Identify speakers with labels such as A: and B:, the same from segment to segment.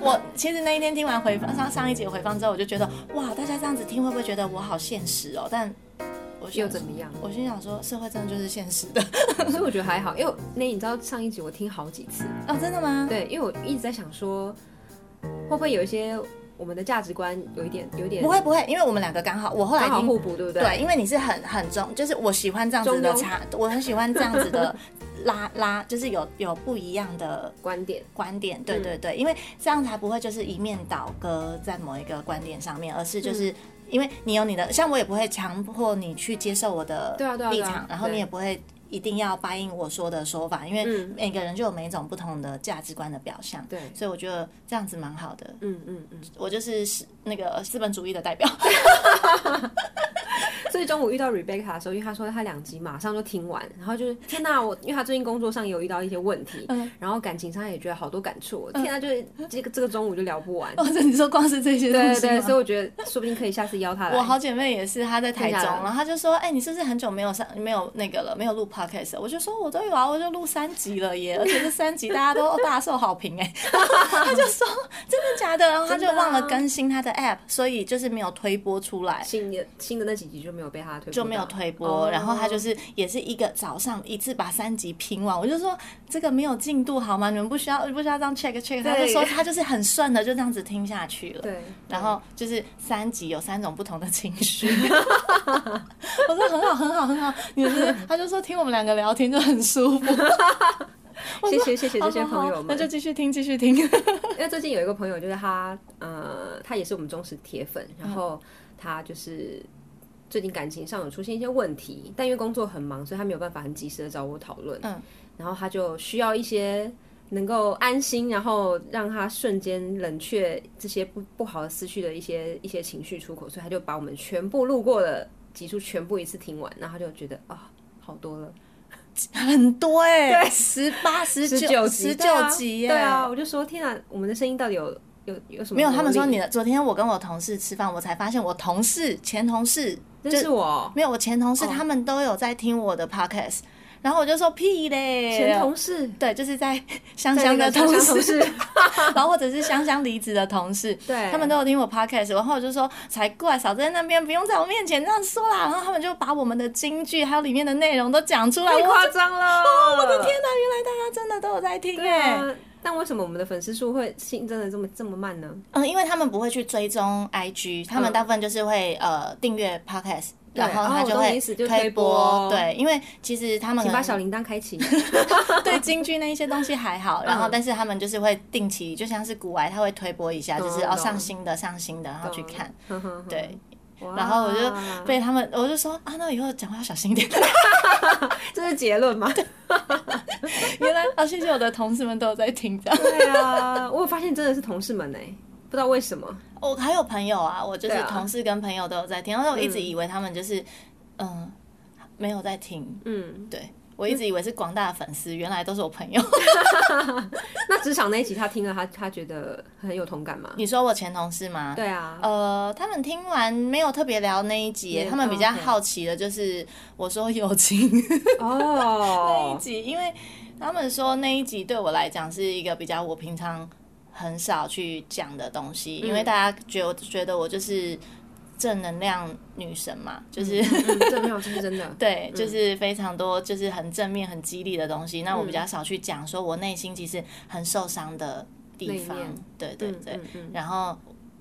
A: 我其实那一天听完回放上上一集回放之后，我就觉得哇，大家这样子听会不会觉得我好现实哦？但我
B: 又
A: 想
B: 怎么样？
A: 我心想说，社会真的就是现实的
B: 所以我觉得还好，因为那你知道上一集我听好几次，
A: 哦，真的吗？
B: 对，因为我一直在想说，会不会有一些我们的价值观有一点有一点
A: 不会不会，因为我们两个刚好，我后来
B: 刚好
A: 听
B: 互补，对不对？
A: 对，因为你是很很中，就是我喜欢这样子的
B: 中庸
A: 差，我很喜欢这样子的拉拉，就是有有不一样的
B: 观点，
A: 观点。对
B: 嗯
A: 对对，因为这样才不会就是一面倒戈在某一个观点上面，而是就是。
B: 嗯
A: 因为你有你的，像我也不会强迫你去接受我的
B: 对啊对啊对
A: 立
B: 啊
A: 场，然后
B: 对
A: 你也不会一定要答应我说的说法，因为
B: 嗯
A: 每个人就有每一种不同的价值观的表象，
B: 对
A: 所以我觉得这样子蛮好的。
B: 嗯嗯嗯。
A: 我就是是那个资本主义的代表，
B: 所以中午遇到 Rebecca 的时候，因为她说她两集马上就听完，然后就是天哪，我因为她最近工作上也有遇到一些问题，
A: 嗯
B: 然后感情上也觉得好多感触，哦天哪，就是这个这个中午就聊不完。
A: 或者你说光嗯是这些东西
B: 对
A: 吗，
B: 对对，所以我觉得说不定可以下次邀她来。
A: 我好姐妹也是，她在台中，
B: 真假的
A: 然后她就说：“哎、你是不是很久没有上没有那个了，没有录 podcast？” 了我就说：“我都有啊，我就录三集了 耶，而且这三集大家都大受好评哎。”她就说：“真的假的？”然后她就
B: 真的啊
A: 忘了更新她的 app，所以就是没有推播出来。
B: 新的新的那几集就没有被她推，
A: 就没有推播，
B: 哦
A: 然后她就是也是一个早上一次把三集拼完，我就说这个没有进度好吗？你们不需要不需要这样 check check，她就说她就是很顺的就这样子听下去了。
B: 对，
A: 然后就是三集有三种不同的情绪， 我说很好很好很好，你是他就说听我们两个聊天就很舒服，
B: 谢谢谢谢这些
A: 好好
B: 朋
A: 好
B: 友们，
A: 那就继续听继续听，
B: 因为最近有一个朋友，就是他，呃，他也是我们忠实铁粉，然
A: 嗯
B: 后他就是最近感情上有出现一些问题，但因为工作很忙，所以他没有办法很及时的找我讨论。
A: 嗯，
B: 然后他就需要一些能够安心，然后让他瞬间冷却这些不不好的思绪的一些一些情绪出口，所以他就把我们全部路过的集数全部一次听完，然后他就觉得啊、好多了。
A: 很多哎、欸，十八十
B: 十
A: 九
B: 集，
A: 十
B: 对啊
A: 九集耶、
B: 对啊，我就说天啊，我们的声音到底有有有什么魔力？
A: 没有，他们说你的。昨天我跟我同事吃饭，我才发现我同事前同事
B: 认识我哦
A: 没有，我前同事他们都有在听我的 podcast，、然后我就说屁嘞，
B: 前同事，
A: 对，就是在香
B: 对
A: 香
B: 那
A: 的
B: 个香
A: 同
B: 香
A: 事
B: 同，事，
A: 然后或者是香香离职的同事，
B: 对
A: 他们都有听我 podcast，然后我就说才怪，嫂子在那边不用在我面前这样说啦，然后他们就把我们的金句还有里面的内容都讲出来，我
B: 太
A: 天
B: 夸张了！哦，我的天！
A: 哪，原来大家真的都有在听
B: 对
A: 哎、
B: 啊，但为什么我们的粉丝数会新增的这么这么慢呢？
A: 嗯，因为他们不会去追踪 IG，他们大部分就是会、呃订阅 podcast。
B: 嗯对
A: 然后他
B: 哦
A: 就
B: 我懂
A: 会
B: 你意思就
A: 推
B: 推播
A: 对，因为其实他们
B: 请
A: 可
B: 把
A: 能
B: 小铃铛 开启。
A: 对京剧那一些东西还 好，然后
B: 嗯
A: 但是他们就是会定期，就像是古玩，他会推播一下，就是
B: 懂
A: 哦
B: 懂
A: 上新的上新的，然后去看，
B: 嗯
A: 对，
B: 哇
A: 然后我
B: 啊
A: 就被他们，我就说啊，那以后讲话要小心一点。
B: 这是结论吗？
A: 原来啊，谢谢我的同事们都有在听这样。
B: 对啊，我有发现真的是同事们哎，不知道为什么。
A: 我还有朋友啊，我就是
B: 对啊嗯
A: 同事跟朋友都有在听，然后我一直以为他们就是嗯没有在听，
B: 嗯，
A: 对我一直以为是广大的粉丝，原来都是我朋友。
B: 那职场那一集他听了，他他觉得很有同感吗？
A: 你说我前同事吗？
B: 对啊，
A: 呃，他们听完没有特别聊那一集，
B: 嗯
A: 他们比较
B: 哦，OK
A: 好奇的就是我说友情那一
B: 哦，
A: 集，因为他们说那一集对我来讲是一个比较我平常很少去讲的东西，
B: 嗯
A: 因为大家觉得觉得我就是正能量女神嘛， 就是、
B: 嗯这没有，这是真的。
A: 对，就是非常多，就是很正面、很激励的东西。那我比
B: 嗯
A: 较少去讲，说我内心其实很受伤的地方
B: 那一面。
A: 对对对，
B: 嗯嗯
A: 然后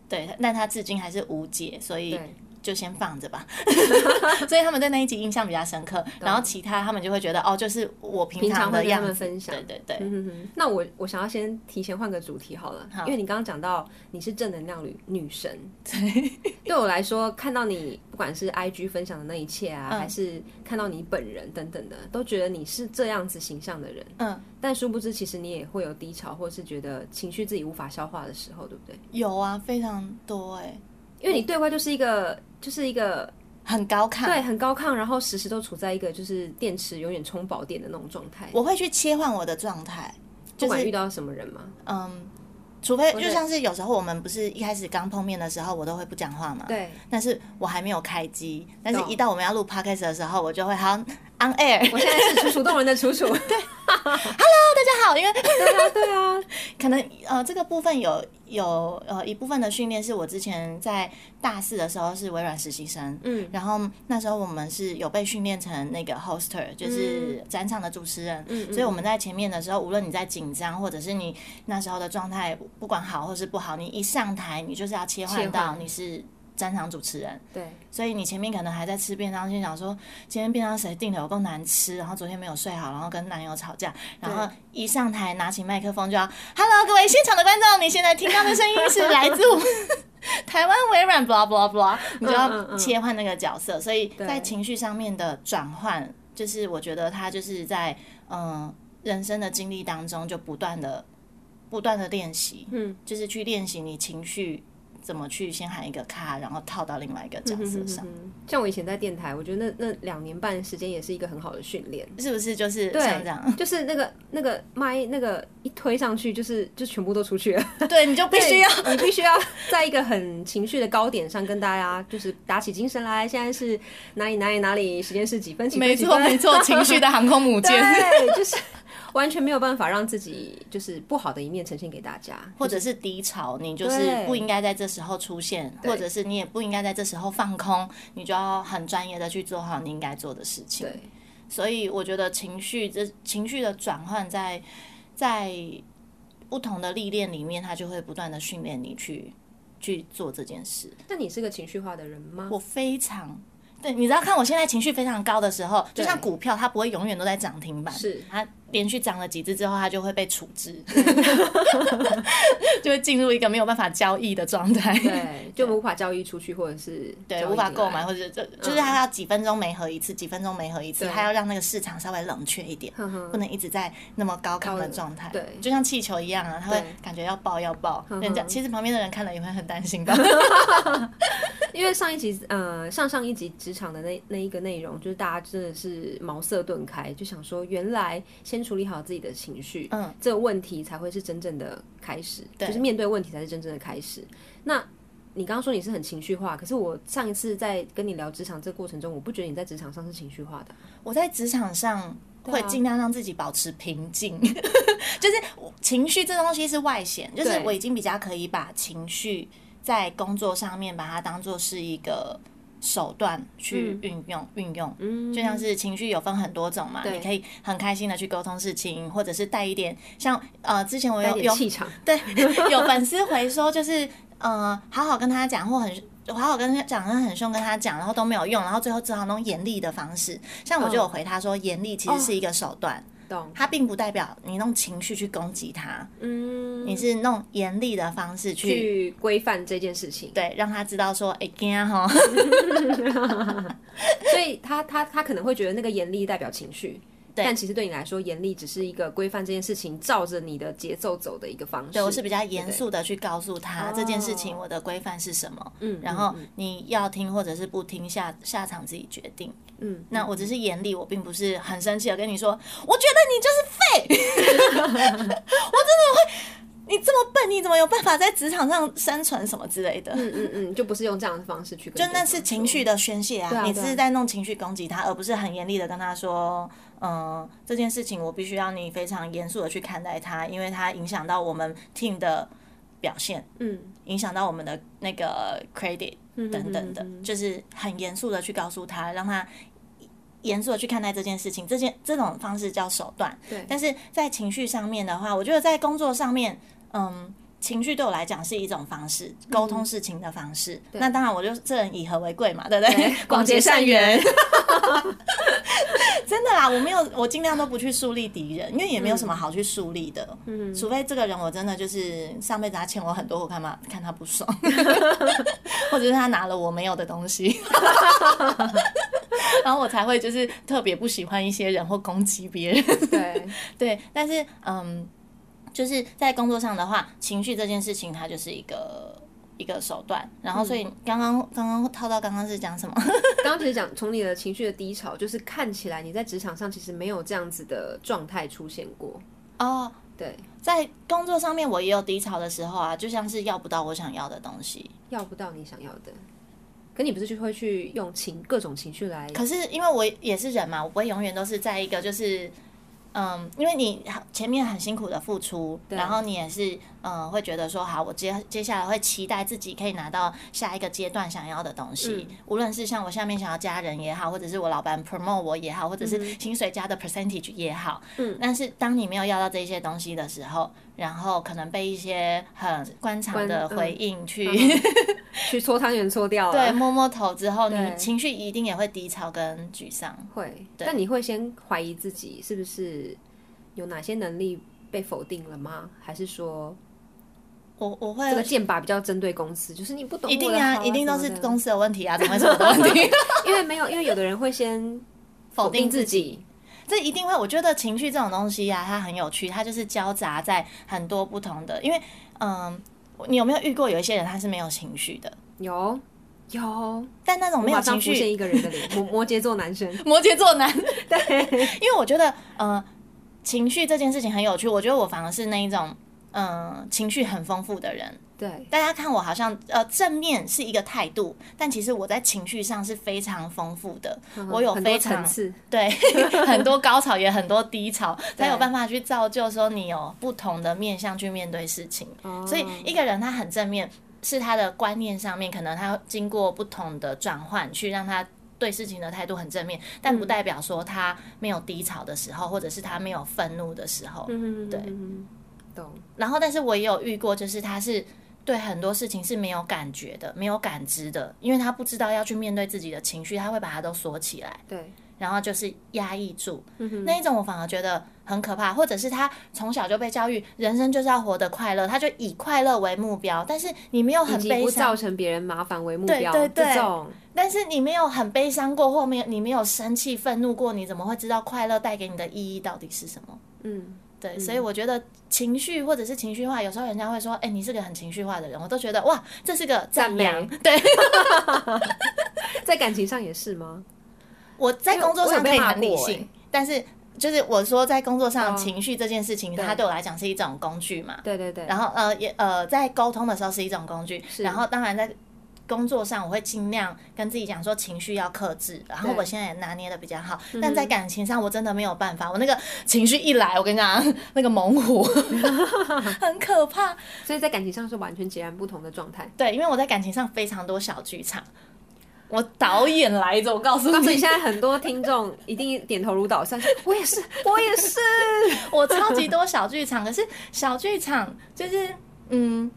A: 对，但他至今还是无解，所以
B: 对
A: 就先放着吧。 所以他们对那一集印象比较深刻，然后其他他们就会觉得哦，就是我平
B: 平常
A: 的
B: 会跟他
A: 样
B: 们
A: 子。
B: 分享
A: 对对对，
B: 嗯哼哼，那我我想要先提前换个主题好了，因为你刚刚讲到你是正能量女女神， 对，对我来说，看到你不管是 IG 分享的那一切啊，还是看到你本人等等的，都觉得你是这样子形象的人，
A: 嗯，
B: 但殊不知其实你也会有低潮，或是觉得情绪自己无法消化的时候，对不对？
A: 有啊，非常多哎、
B: 因为你对外就是一个就是一个
A: 很高亢。
B: 对很高亢，然后时时都处在一个就是电池永远充饱电的那种状态，
A: 我会去切换我的状态，
B: 不
A: 就是
B: 管遇到什么人嘛，
A: 嗯，除非就像是有时候我们不是一开始刚碰面的时候，我都会不讲话嘛。
B: 对。
A: 但是我还没有开机，但是一到我们要录 podcast 的时候，我就会好 on air。
B: 我现在是楚楚动人的楚楚，对
A: 大家好，因为
B: 啊对啊，
A: 可能呃这个部分有有呃一部分的训练是我之前在大四的时候是微软实习生，嗯，然后那时候我们是有被训练成那个 hoster，就是展场的主持人，嗯，所以我们在前面的时候，无论你在紧张或者是你那时候的状态不管好或是不好，你一上台你就是要切换到你是。专场主持人，
B: 对，
A: 所以你前面可能还在吃便当，心想说今天便当谁订的有够难吃，然后昨天没有睡好，然后跟男友吵架，然后一上台拿起麦克风就要 “Hello，各位现场的观众，你现在听到的声音是来自我们 台湾微软 blah blah blah”，你就要切换那个角色，所以在情绪上面的转换，就是我觉得他就是在嗯、呃、人生的经历当中就不断的不断的练习，嗯，就是去练习你情绪。怎么去先喊一个卡，然后套到另外一个角色上？
B: 像我以前在电台，我觉得那那两年半时间也是一个很好的训练，
A: 是不是？就是像这样，
B: 就是那个那个麦那个一推上去，就是就全部都出去了。
A: 对，你就 必须要，
B: 你必须要在一个很情绪的高点上跟大家就是打起精神来。现在是哪里哪里哪里，时间是几分？几分
A: 没错没 错，情绪的航空母舰，
B: 对，就是。完全没有办法让自己就是不好的一面呈现给大家，
A: 或者是低潮，你就是不应该在这时候出现，或者是你也不应该在这时候放空，你就要很专业的去做好你应该做的事情。
B: 对，
A: 所以我觉得情绪这情绪的转换在，在在不同的历练里面，它就会不断的训练你去去做这件事。
B: 那你是个情绪化的人 吗？
A: 我非常。对，你知道看我现在情绪非常高的时候，就像股票，它不会永远都在涨停板，
B: 是
A: 它连续涨了几只之后，它就会被处置， 就会进入一个没有办法交易的状态，
B: 对，就无法交易出去，或者是
A: 对无法购买，或者就就是它要几分钟没合一次，几分钟没合一次，它要让那个市场稍微冷却一点，不能一直在那么高亢的状态，
B: 对，
A: 就像气球一样啊，它会感觉要爆要爆，人家其实旁边的人看了也会很担心吧，
B: 因为上一集呃上上一集。职场的那那一个内容，就是大家真的是茅塞顿开，就想说，原来先处理好自己的情绪，嗯，这个问题才会是真正的开始，就是面对问题才是真正的开始。那你刚刚说你是很情绪化，可是我上一次在跟你聊职场这个过程中，我不觉得你在职场上是情绪化的。
A: 我在职场上会尽量让自己保持平静， 啊、就是情绪这东西是外显，就是我已经比较可以把情绪在工作上面把它当做是一个。手段去运用运、嗯、用，嗯、就像是情绪有分很多种嘛，你可以很开心的去沟通事情，或者是带一点像呃，之前我有有
B: 气场，
A: 对， 有粉丝回说就是呃，好好跟他讲，或很好好跟他讲，很凶跟他讲，然后都没有用，然后最后只好用严厉的方式。像我就有回他说，严厉、哦、其实是一个手段，
B: 懂、哦？
A: 它并不代表你用情绪去攻击他，
B: 嗯，
A: 你是用严厉的方式去。
B: 去规范这件事情，
A: 对，让他知道说，哎、欸，惊哈，
B: 所以他他他可能会觉得那个严厉代表情绪，但其实对你来说，严厉只是一个规范这件事情，照着你的节奏走的一个方式。
A: 对，我是比较严肃的去告诉他这件事情，我的规范是什么，嗯、哦，然后你要听或者是不听下，下下场自己决定。
B: 嗯，
A: 那我只是严厉，我并不是很生气的跟你说，我觉得你就是废，我真 的会。你这么笨，你怎么有办法在职场上生存什么之类的？
B: 嗯嗯嗯，就不是用这样的方式去，
A: 就那是情绪的宣泄啊！
B: 啊
A: 你只是在弄情绪攻击他，而不是很严厉的跟他说，嗯、呃，这件事情我必须让你非常严肃的去看待它，因为它影响到我们 team 的表现，
B: 嗯，
A: 影响到我们的那个 credit 等等的，
B: 嗯哼嗯哼
A: 就是很严肃的去告诉他，让他。严肃的去看待这件事情，这件这种方式叫手段。
B: 对，
A: 但是在情绪上面的话，我觉得在工作上面，嗯，情绪对我来讲是一种方式，沟通事情的方式。
B: 嗯、
A: 那当然，我就这人以和为贵嘛，对不对？
B: 广结善缘。
A: 真的啦，我没有，我尽量都不去树立敌人，因为也没有什么好去树立的。
B: 嗯，
A: 除非这个人我真的就是上辈子他欠我很多，我干嘛看他不 爽，或者是他拿了我没有的东西。 然后我才会就是特别不喜欢一些人或攻击别人
B: 对，对
A: 对，但是嗯，就是在工作上的话，情绪这件事情它就是一个一个手段。然后所以刚刚、嗯、刚刚套到刚刚是讲什么？
B: 刚刚其实讲从你的情绪的低潮，就是看起来你在职场上其实没有这样子的状态出现过
A: 哦。
B: 对，
A: 在工作上面我也有低潮的时候啊，就像是要不到我想要的东西，
B: 要不到你想要的。可你不是就会去用情各种情绪来？
A: 可是因为我也是人嘛，我不会永远都是在一个就是嗯，因为你前面很辛苦的付出，然后你也是嗯会觉得说好，我接接下来会期待自己可以拿到下一个阶段想要的东西，
B: 嗯
A: 无论是像我下面想要加人也好，或者是我老板 promote 我也好，或者是
B: 嗯
A: 薪水加的 percentage 也好，嗯，但是当你没有要到这些东西的时候，然后可能被一些很官场的
B: 官嗯
A: 回应去、
B: 去搓汤圆搓掉 啊
A: 对
B: 了，
A: 摸摸头之后，你
B: 对
A: 情绪一定也会低潮跟沮丧。
B: 会。但你会先怀疑自己是不是有哪些能力被否定了吗？还是说
A: 我我会
B: 这个剑拔比较针对公司，就是你不懂
A: 一定
B: 我的好
A: 啊，一定都
B: 什
A: 是
B: 么的
A: 公司的问题啊，怎么会是我的 问题？
B: 因为没有，因为有的人会先
A: 否定
B: 自
A: 自
B: 己，
A: 这一定会，我觉得情绪这种东西啊呀、它很有趣，它就是交杂在很多不同的。因为，嗯，你有没有遇过有一些人他是没有情绪的？
B: 有有，
A: 但那种没有
B: 马上
A: 情
B: 浮现
A: 绪，
B: 一个人的脸，摩摩羯座男生，
A: 摩羯座 男，对， 因为我觉得，呃，情绪这件事情很有趣。我觉得我反而是那一种，嗯、情绪很丰富的人。
B: 对，
A: 大家看我好像呃正面是一个态度，但其实我在情绪上是非常丰富的，我有
B: 嗯很多
A: 非常
B: 层次，
A: 对， 很多高潮也很多低 潮，才有办法去造就说你有不同的面向去面对事情。所
B: 哦
A: 以一个人他很正面，是他的观念上面，可能他经过不同的转换，去让他对事情的态度很正面，但不代表说他没有低潮的时候，或者是他没有愤怒的时候。
B: 嗯，
A: 对
B: 嗯，懂，
A: 然后，但是我也有遇过，就是他是对很多事情是没有感觉的，没有感知的，因为他不知道要去面对自己的情绪，他会把它都锁起来。
B: 对，
A: 然后就是压抑住。
B: 嗯
A: 那一种我反而觉得很可怕，或者是他从小就被教育，人生就是要活得快乐，他就以快乐为目标，但是你没有
B: 以
A: 很
B: 及
A: 悲
B: 不
A: 伤。
B: 造成别人麻烦为目标，
A: 对对
B: 这种
A: 但是你没有很悲伤过，或没有你没有生气、愤怒过，你怎么会知道快乐带给你的意义到底是什么？
B: 嗯，
A: 对，所以我觉得情绪或者是情绪化，有时候人家会说：“哎、你是个很情绪化的人。”我都觉得哇，这是个赞扬。对，
B: 在感情上也是吗？
A: 我在工作上可以很理
B: 我有被骂过欸
A: 性，但是就是我说在工作上
B: 哦
A: 情绪这件事情，它对我来讲是一种工具嘛。
B: 对对对，
A: 然后呃也呃在沟通的时候是一种工具，
B: 是
A: 然后当然在工作上我会尽量跟自己讲说情绪要克制，然后
B: 对
A: 我现在也拿捏的比较好，但在感情上我真的没有办法，我那个情绪一来，我跟你讲那个猛虎很可怕，
B: 所以在感情上是完全截然不同的状态。
A: 对，因为我在感情上非常多小剧场，我导演来着，我告诉
B: 那所以
A: 你，
B: 现在很多听众一定点头如捣蒜，说我也是，我也 是，
A: 我超级多小剧场，可是小剧场就是嗯。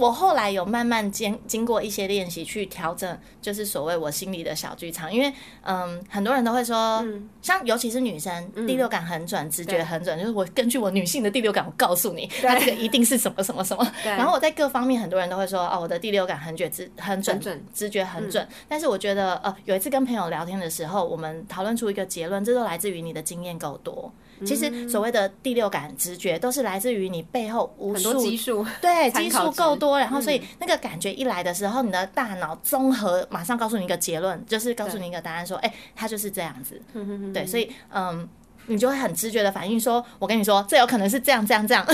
A: 我后来有慢慢经经过一些练习去调整，就是所谓我心里的小剧场，因为嗯，很多人都会说，
B: 嗯
A: 像尤其是女生，第六感很准，直觉很准，就是我根据我女性的第六感，我告诉你，那这个一定是什么什么什么。
B: 对
A: 然后我在各方面，很多人都会说，哦，我的第六感很准，直很准，
B: 很准嗯
A: 直觉很准。但是我觉得，呃，有一次跟朋友聊天的时候，我们讨论出一个结论，这都来自于你的经验够多。其
B: 嗯
A: 实所谓的第六感、直觉，都是来自于你背后无
B: 很
A: 数
B: 多基数，
A: 对，
B: 参
A: 基
B: 考
A: 数
B: 值嗯
A: 够多，然后所以那个感觉一来的时候，你的大脑综合马上告诉你一个结论，就是告诉你一个答案，说，哎、它就是这样子。
B: 嗯
A: 对，所以嗯，你就会很直觉的反应说，我跟你说，这有可能是这样这样 这样。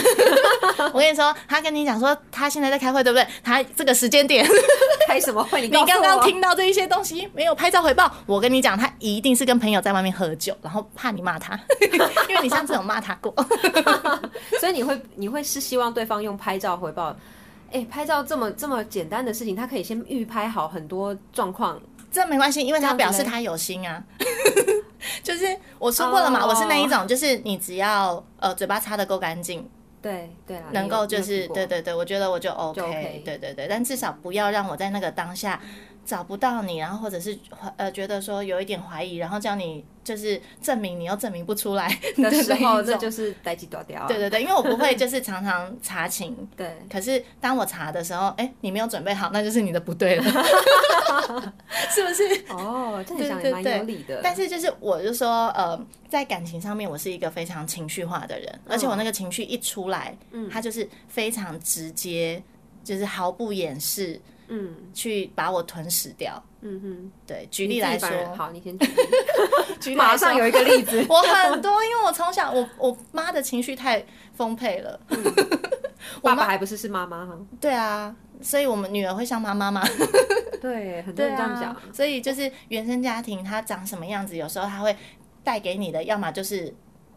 A: 我跟你说，他跟你讲说他现在在开会，对不对？他这个时间点，
B: 开什么会？你
A: 你
B: 告诉
A: 刚
B: 我
A: 刚听到这一些东西，没有拍照回报。我跟你讲，他一定是跟朋友在外面喝酒，然后怕你骂他， 因为你上次有骂他过。
B: 所以你会你会是希望对方用拍照回报？哎、拍照这么这么简单的事情，他可以先预拍好很多状况。
A: 这没关系，因为他
B: 这样
A: 表
B: 子嘞
A: 示他有心啊。 就是我说过了嘛
B: 哦
A: 我是那一种，就是你只要呃嘴巴擦的够干净，
B: 对对啊，
A: 能够就是对
B: 对
A: 对对，我觉得我就 OK，,
B: 就 OK
A: 对对对，但至少不要让我在那个当下找不到你，然后或者是呃觉得说有一点怀疑，然后叫你就是证明你又证明不出来
B: 的时候，
A: 那一 种
B: 这就是哦呆鸡多屌啊。
A: 对对对，因为我不会就是常常查寝，
B: 对，
A: 可是当我查的时候，哎，你没有准备好，那就是你的不对 了， 是不是？
B: 哦，这样想也
A: 对
B: 蛮
A: 对
B: 有理的。
A: 但是就是我就说，呃，在感情上面，我是一个非常情绪化的人，
B: 嗯
A: 而且我那个情绪一出来，嗯，他就是非常直接，就是毫不掩饰
B: 嗯
A: 去把我吞噬掉。
B: 嗯嗯，
A: 对，举例来说
B: 你自己，反而好，你先举例，
A: 举例来说。
B: 马上有一个例子
A: 我很多，因为我从小我我妈的情绪太丰沛了，
B: 爸爸还不是是妈妈哈？
A: 对啊，所以我们女儿会像妈妈嘛，
B: 对，很多
A: 对
B: 人这样
A: 啊
B: 讲。，
A: 所以就是原生家庭它长什么样子，有时候它会带给你的，要么就是。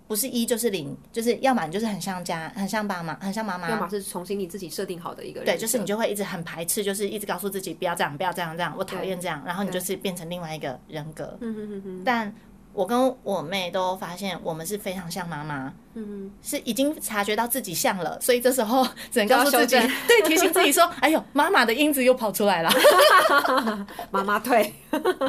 A: 不是一就是零，就是要么你就是很像家，很像爸妈，很像妈
B: 要
A: 妈
B: 么。是重新你自己设定好的一个人设，
A: 对，就是你就会一直很排斥，就是一直告诉自己不要这样，不要这样，这样我讨厌这样，然后你就是变成另外一个人格。
B: 嗯哼哼哼，
A: 但我跟我妹都发现，我们是非常像妈妈，
B: 嗯
A: 是已经察觉到自己像了，所以这时候只能告诉自己
B: 就要修，
A: 对，提醒自己说， 哎呦，妈妈的因子又跑出来了，
B: 哼，妈妈退，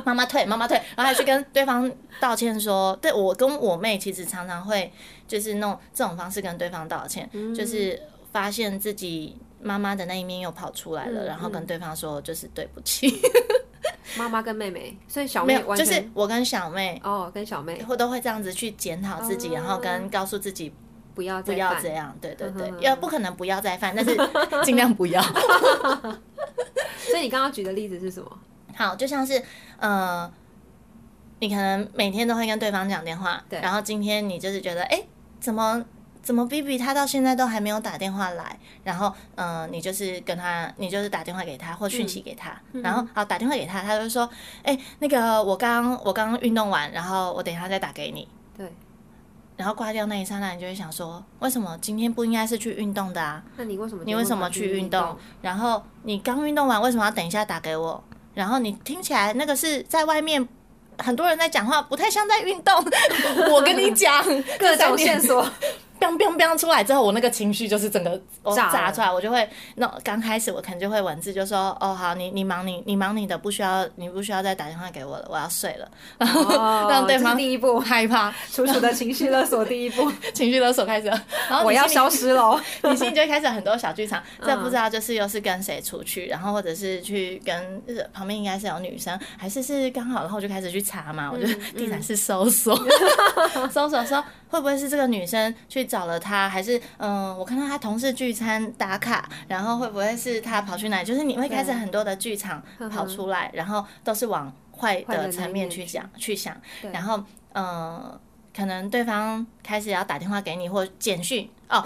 A: 妈妈退，妈妈退，然后还去跟对方道歉说，对我跟我妹其实常常会就是弄这种方式跟对方道歉，
B: 嗯
A: 就是发现自己妈妈的那一面又跑出来了，
B: 嗯
A: 然后跟对方说就是对不起，
B: 妈妈跟妹妹，所以小
A: 没
B: 妹
A: 有，
B: 嗯完
A: 就
B: 全
A: 是我跟小妹。
B: 哦，跟小妹
A: 会都会这样子去检讨自己，
B: 哦
A: 然后跟告诉自己
B: 不要
A: 不
B: 再
A: 要
B: 犯
A: 这样，对对对
B: 嗯，
A: 要不可能不要再犯，但是尽量不要。
B: 所以你刚刚举的例子是什么？
A: 好，就像是呃，你可能每天都会跟对方讲电话，
B: 对
A: 然后今天你就是觉得，哎，怎么怎么 B B 他到现在都还没有打电话来，然后呃，你就是跟他，你就是打电话给他或讯息给他，然后好打电话给他，他就说，哎，那个我刚我刚运动完，然后我等一下再打给你。
B: 对，
A: 然后挂掉那一刹那，你就会想说，为什么今天不应该是去运动的啊？
B: 那你为什么
A: 你为什么去运动？？然后你刚运动完，为什么要等一下打给我？然后你听起来那个是在外面，很多人在讲话，不太像在运 动。我跟你讲，
B: 各种
A: 线
B: 线索，
A: ，biang biang biang 出来之后，我那个情绪就是整个我
B: 炸了
A: 炸出来，我就会那刚开始我可能就会文字就说，哦好，你你忙你你忙你的，不需要你不需要再打电话给我了，我要睡了，然后、
B: 哦
A: 让对
B: 这是
A: 方
B: 第一步
A: 害怕，
B: 楚楚的情绪勒索第一步，
A: 情绪勒索开始了， 然后
B: 我
A: 你
B: 要
A: 心里
B: 消失 喽。
A: 你心里就会开始很多小剧 场，这
B: 嗯
A: 不知道就是又是跟谁出去，然后或者是去跟就是旁边应该是有女生，还是是刚好，然后我就开始去查嘛，我
B: 嗯
A: 就地毯式搜索， 搜索说会不会是这个女生去找了他，还是嗯，我看到他同事聚餐打卡，然后会不会是他跑去哪里？就是你会开始很多的剧场跑出来，然后都是往坏
B: 嗯坏的那
A: 的
B: 一
A: 层面
B: 面
A: 去
B: 去
A: 讲去想，然后呃，可能对方开始要打电话给你或简讯哦，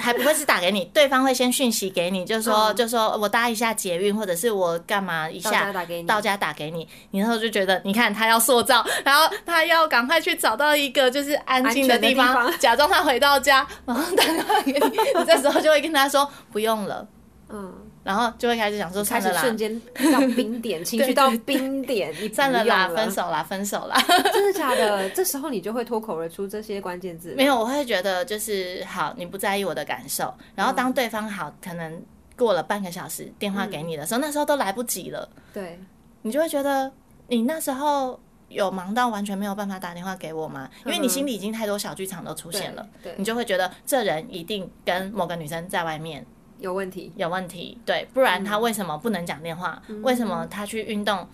A: 还不会是打给你，对方会先讯息给你，就说、
B: 嗯
A: 就说我搭一下捷运，或者是我干嘛一
B: 到
A: 下
B: 家打给你，
A: 到家打给你，你那时候就觉得，你看他要塑造，然后他要赶快去找到一个就是安静的地
B: 安全
A: 方，
B: 的地方
A: 假装他回到家，然后打电话给 你，你这时候就会跟他说不用了，
B: 嗯，
A: 然后就会开始想说
B: 开
A: 算
B: 始
A: 了啦，
B: 瞬间到冰 点，情绪到冰点，你不
A: 算了啦，
B: 用
A: 分，手 啦，分手啦。
B: 真的假的？这时候你就会脱口而出这些关键字，
A: 没有，我会觉得就是好，你不在意我的感受，然后
B: 嗯
A: 当对方好，可能过了半个小时电话给你的时候，那时候都来不及了，
B: 对，
A: 你就会觉得你那时候有忙到完全没有办法打电话给我吗？因为你心里已经太多小剧场都出现了，
B: 嗯对，
A: 你就会觉得这人一定跟某个女生在外面
B: 有问题，
A: 有问题，对，不然
B: 嗯
A: 他为什么不能讲电话？为什么他去运动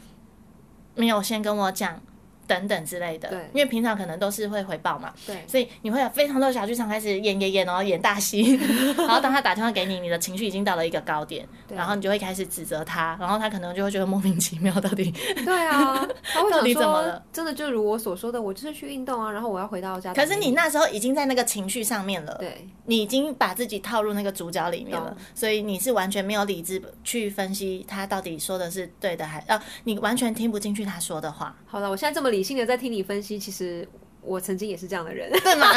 A: 没有先跟我讲？等等之类的
B: 对，
A: 因为平常可能都是会回报嘛，
B: 对，
A: 所以你会有非常多的小剧场开始演演演，然后演大 戏，然后当他打电话给你，你的情绪已经到了一个高点，
B: 对
A: 然后你就会开始指责他，然后他可能就会觉得莫名其妙，到底
B: 对啊，他会
A: 到
B: 想
A: 底怎么
B: 说
A: 了，
B: 真的就如我所说的，我就是去运动啊，然后我要回到家打
A: 可
B: 给。
A: 是你那时候已经在那个情绪上面了，
B: 对，
A: 你已经把自己套入那个主角里面了
B: 懂，
A: 所以你是完全没有理智去分析他到底说的是对的还呃，你完全听不进去他说的话，
B: 好了，我现在这么理性的在听你分析，其实我曾经也是这样的人。
A: 对吗？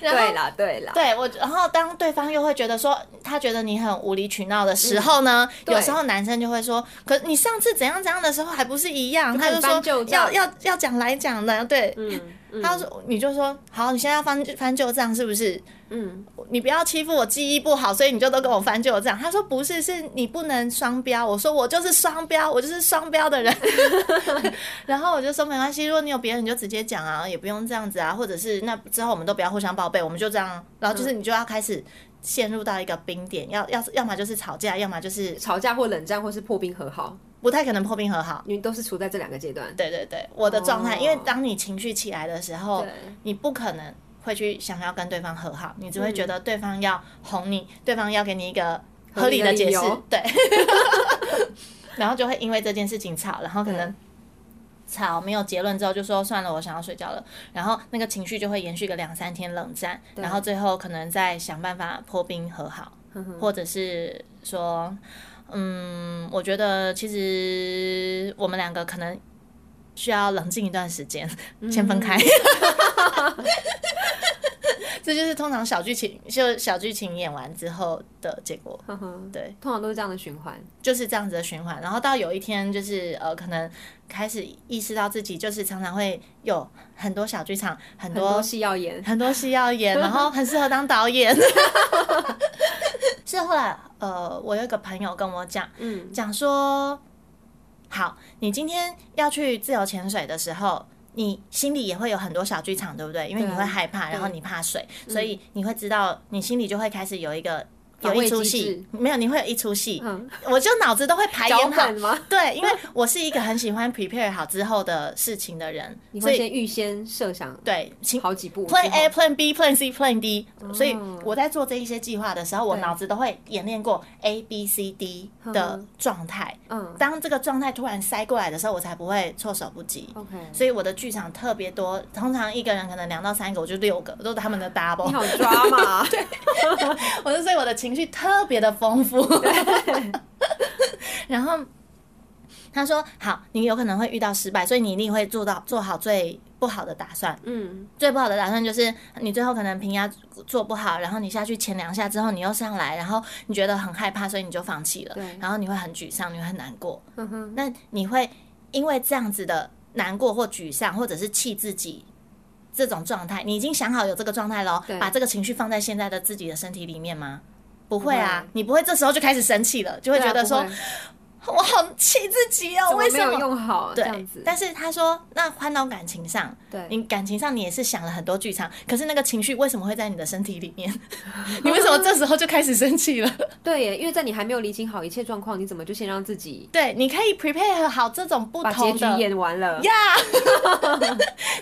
B: 对啦，对啦，
A: 对我，然后当对方又会觉得说他觉得你很无理取闹的时候
B: 嗯
A: 呢，有时候男生就会说，可你上次怎样怎样的时候还不是一样？他
B: 开始
A: 就
B: 翻旧
A: 说
B: 账
A: 要要要讲来讲的，对，
B: 嗯嗯
A: 他说你就说好，你现在要翻翻旧账是不是？
B: 嗯，
A: 你不要欺负我记忆不好，所以你就都跟我翻旧账。他说不是，是你不能双标。我说我就是双标，我就是双标的人。然后我就说没关系，如果你有别人，你就直接讲啊，也不用这样子啊，或者是那之后我们都不要互相报备，我们就这样。然后就是你就要开始陷入到一个冰点，要要要么就是吵架，要么就是
B: 吵架或冷战或是破冰和好，
A: 不太可能破冰和好。
B: 因为都是处在这两个阶段。
A: 对对对，我的状态，
B: 哦
A: 因为当你情绪起来的时候
B: 对，
A: 你不可能会去想要跟对方和好，你只会觉得对方要哄你，对方要给你一个合理的解释
B: 嗯合理的理由，
A: 对， 然后就会因为这件事情吵，然后可能。
B: 嗯
A: 吵没有结论之后，就说算了，我想要睡觉了。然后那个情绪就会延续个两三天冷战，然后最后可能再想办法破冰和好，或者是说，嗯，我觉得其实我们两个可能需要冷静一段时间，先分开。 这就是通常小剧情，就小剧情演完之后的结果，
B: 呵呵
A: 对，
B: 通常都是这样的循环。
A: 就是这样子的循环。然后到有一天，就是呃，可能开始意识到自己就是常常会有很多小剧场，很
B: 很多
A: 多
B: 戏要演，
A: 很多戏要演，然后很适合当导演。 是后来呃，我有一个朋友跟我讲，
B: 嗯，
A: 讲说，好，你今天要去自由潜水的时候，你心里也会有很多小剧场，对不对？因为
B: 对
A: 你会害怕，
B: 对嗯
A: 然后你怕水，所以你会知道，你心里就会开始有一个
B: 防
A: 有
B: 卫
A: 一出
B: 机
A: 戏
B: 制，
A: 没有，你会有一出戏，
B: 嗯
A: 我就脑子都会排
B: 脚
A: 演好。
B: 本吗？
A: 对，因为我是一个很喜欢 prepare 好之后的事情的人，
B: 你
A: 所
B: 会
A: 以
B: 先预先设想
A: 对，请
B: 好几步之后哦
A: Plan A、Plan 哎 B、Plan C、Plan D，、所以我在做这一些计划的时候，我脑子都会演练过 A、B、C、D 的状态。
B: 嗯
A: 当这个状态突然塞过来的时候，我才不会措手不及。
B: ，OK，
A: 所以我的剧场特别多，通常一个人可能两到三个，我就六个，都是他们的 double
B: 你。好抓嘛，对，
A: 我就所以我的情绪特别的丰 富。然后他说：“好，你有可能会遇到失败，所以你一定会做到做好最不好的打算。
B: 嗯，
A: 最不好的打算就是你最后可能平压做不好，然后你下去前两下之后，你又上来，然后你觉得很害怕，所以你就放弃了
B: 对。
A: 然后你会很沮丧，你会很难过。
B: 哼哼
A: 那你会因为这样子的难过或沮丧，或者是气自己这种状态，你已经想好有这个状态喽
B: 对，
A: 把这个情绪放在现在的自己的身体里面吗？不会啊
B: 不会，
A: 你不会这时候就开始生气了，就会觉得说、
B: 对啊
A: 我好气自己
B: 不
A: 哦，
B: 会
A: 为
B: 怎
A: 什
B: 么没有
A: 么？
B: 用好这
A: 对
B: 样子，？
A: 但是他说，那换到感情上，
B: 对，
A: 你感情上你也是想了很多剧场，可是那个情绪为什么会在你的身体里面？ 你为什么这时候就开始生 气了？
B: 对耶，因为在你还没有理清好一切状况，你怎么就先让自己
A: 对，你可以 prepare 好这种不
B: 把结
A: 同
B: 局
A: 的
B: 演完了？
A: 呀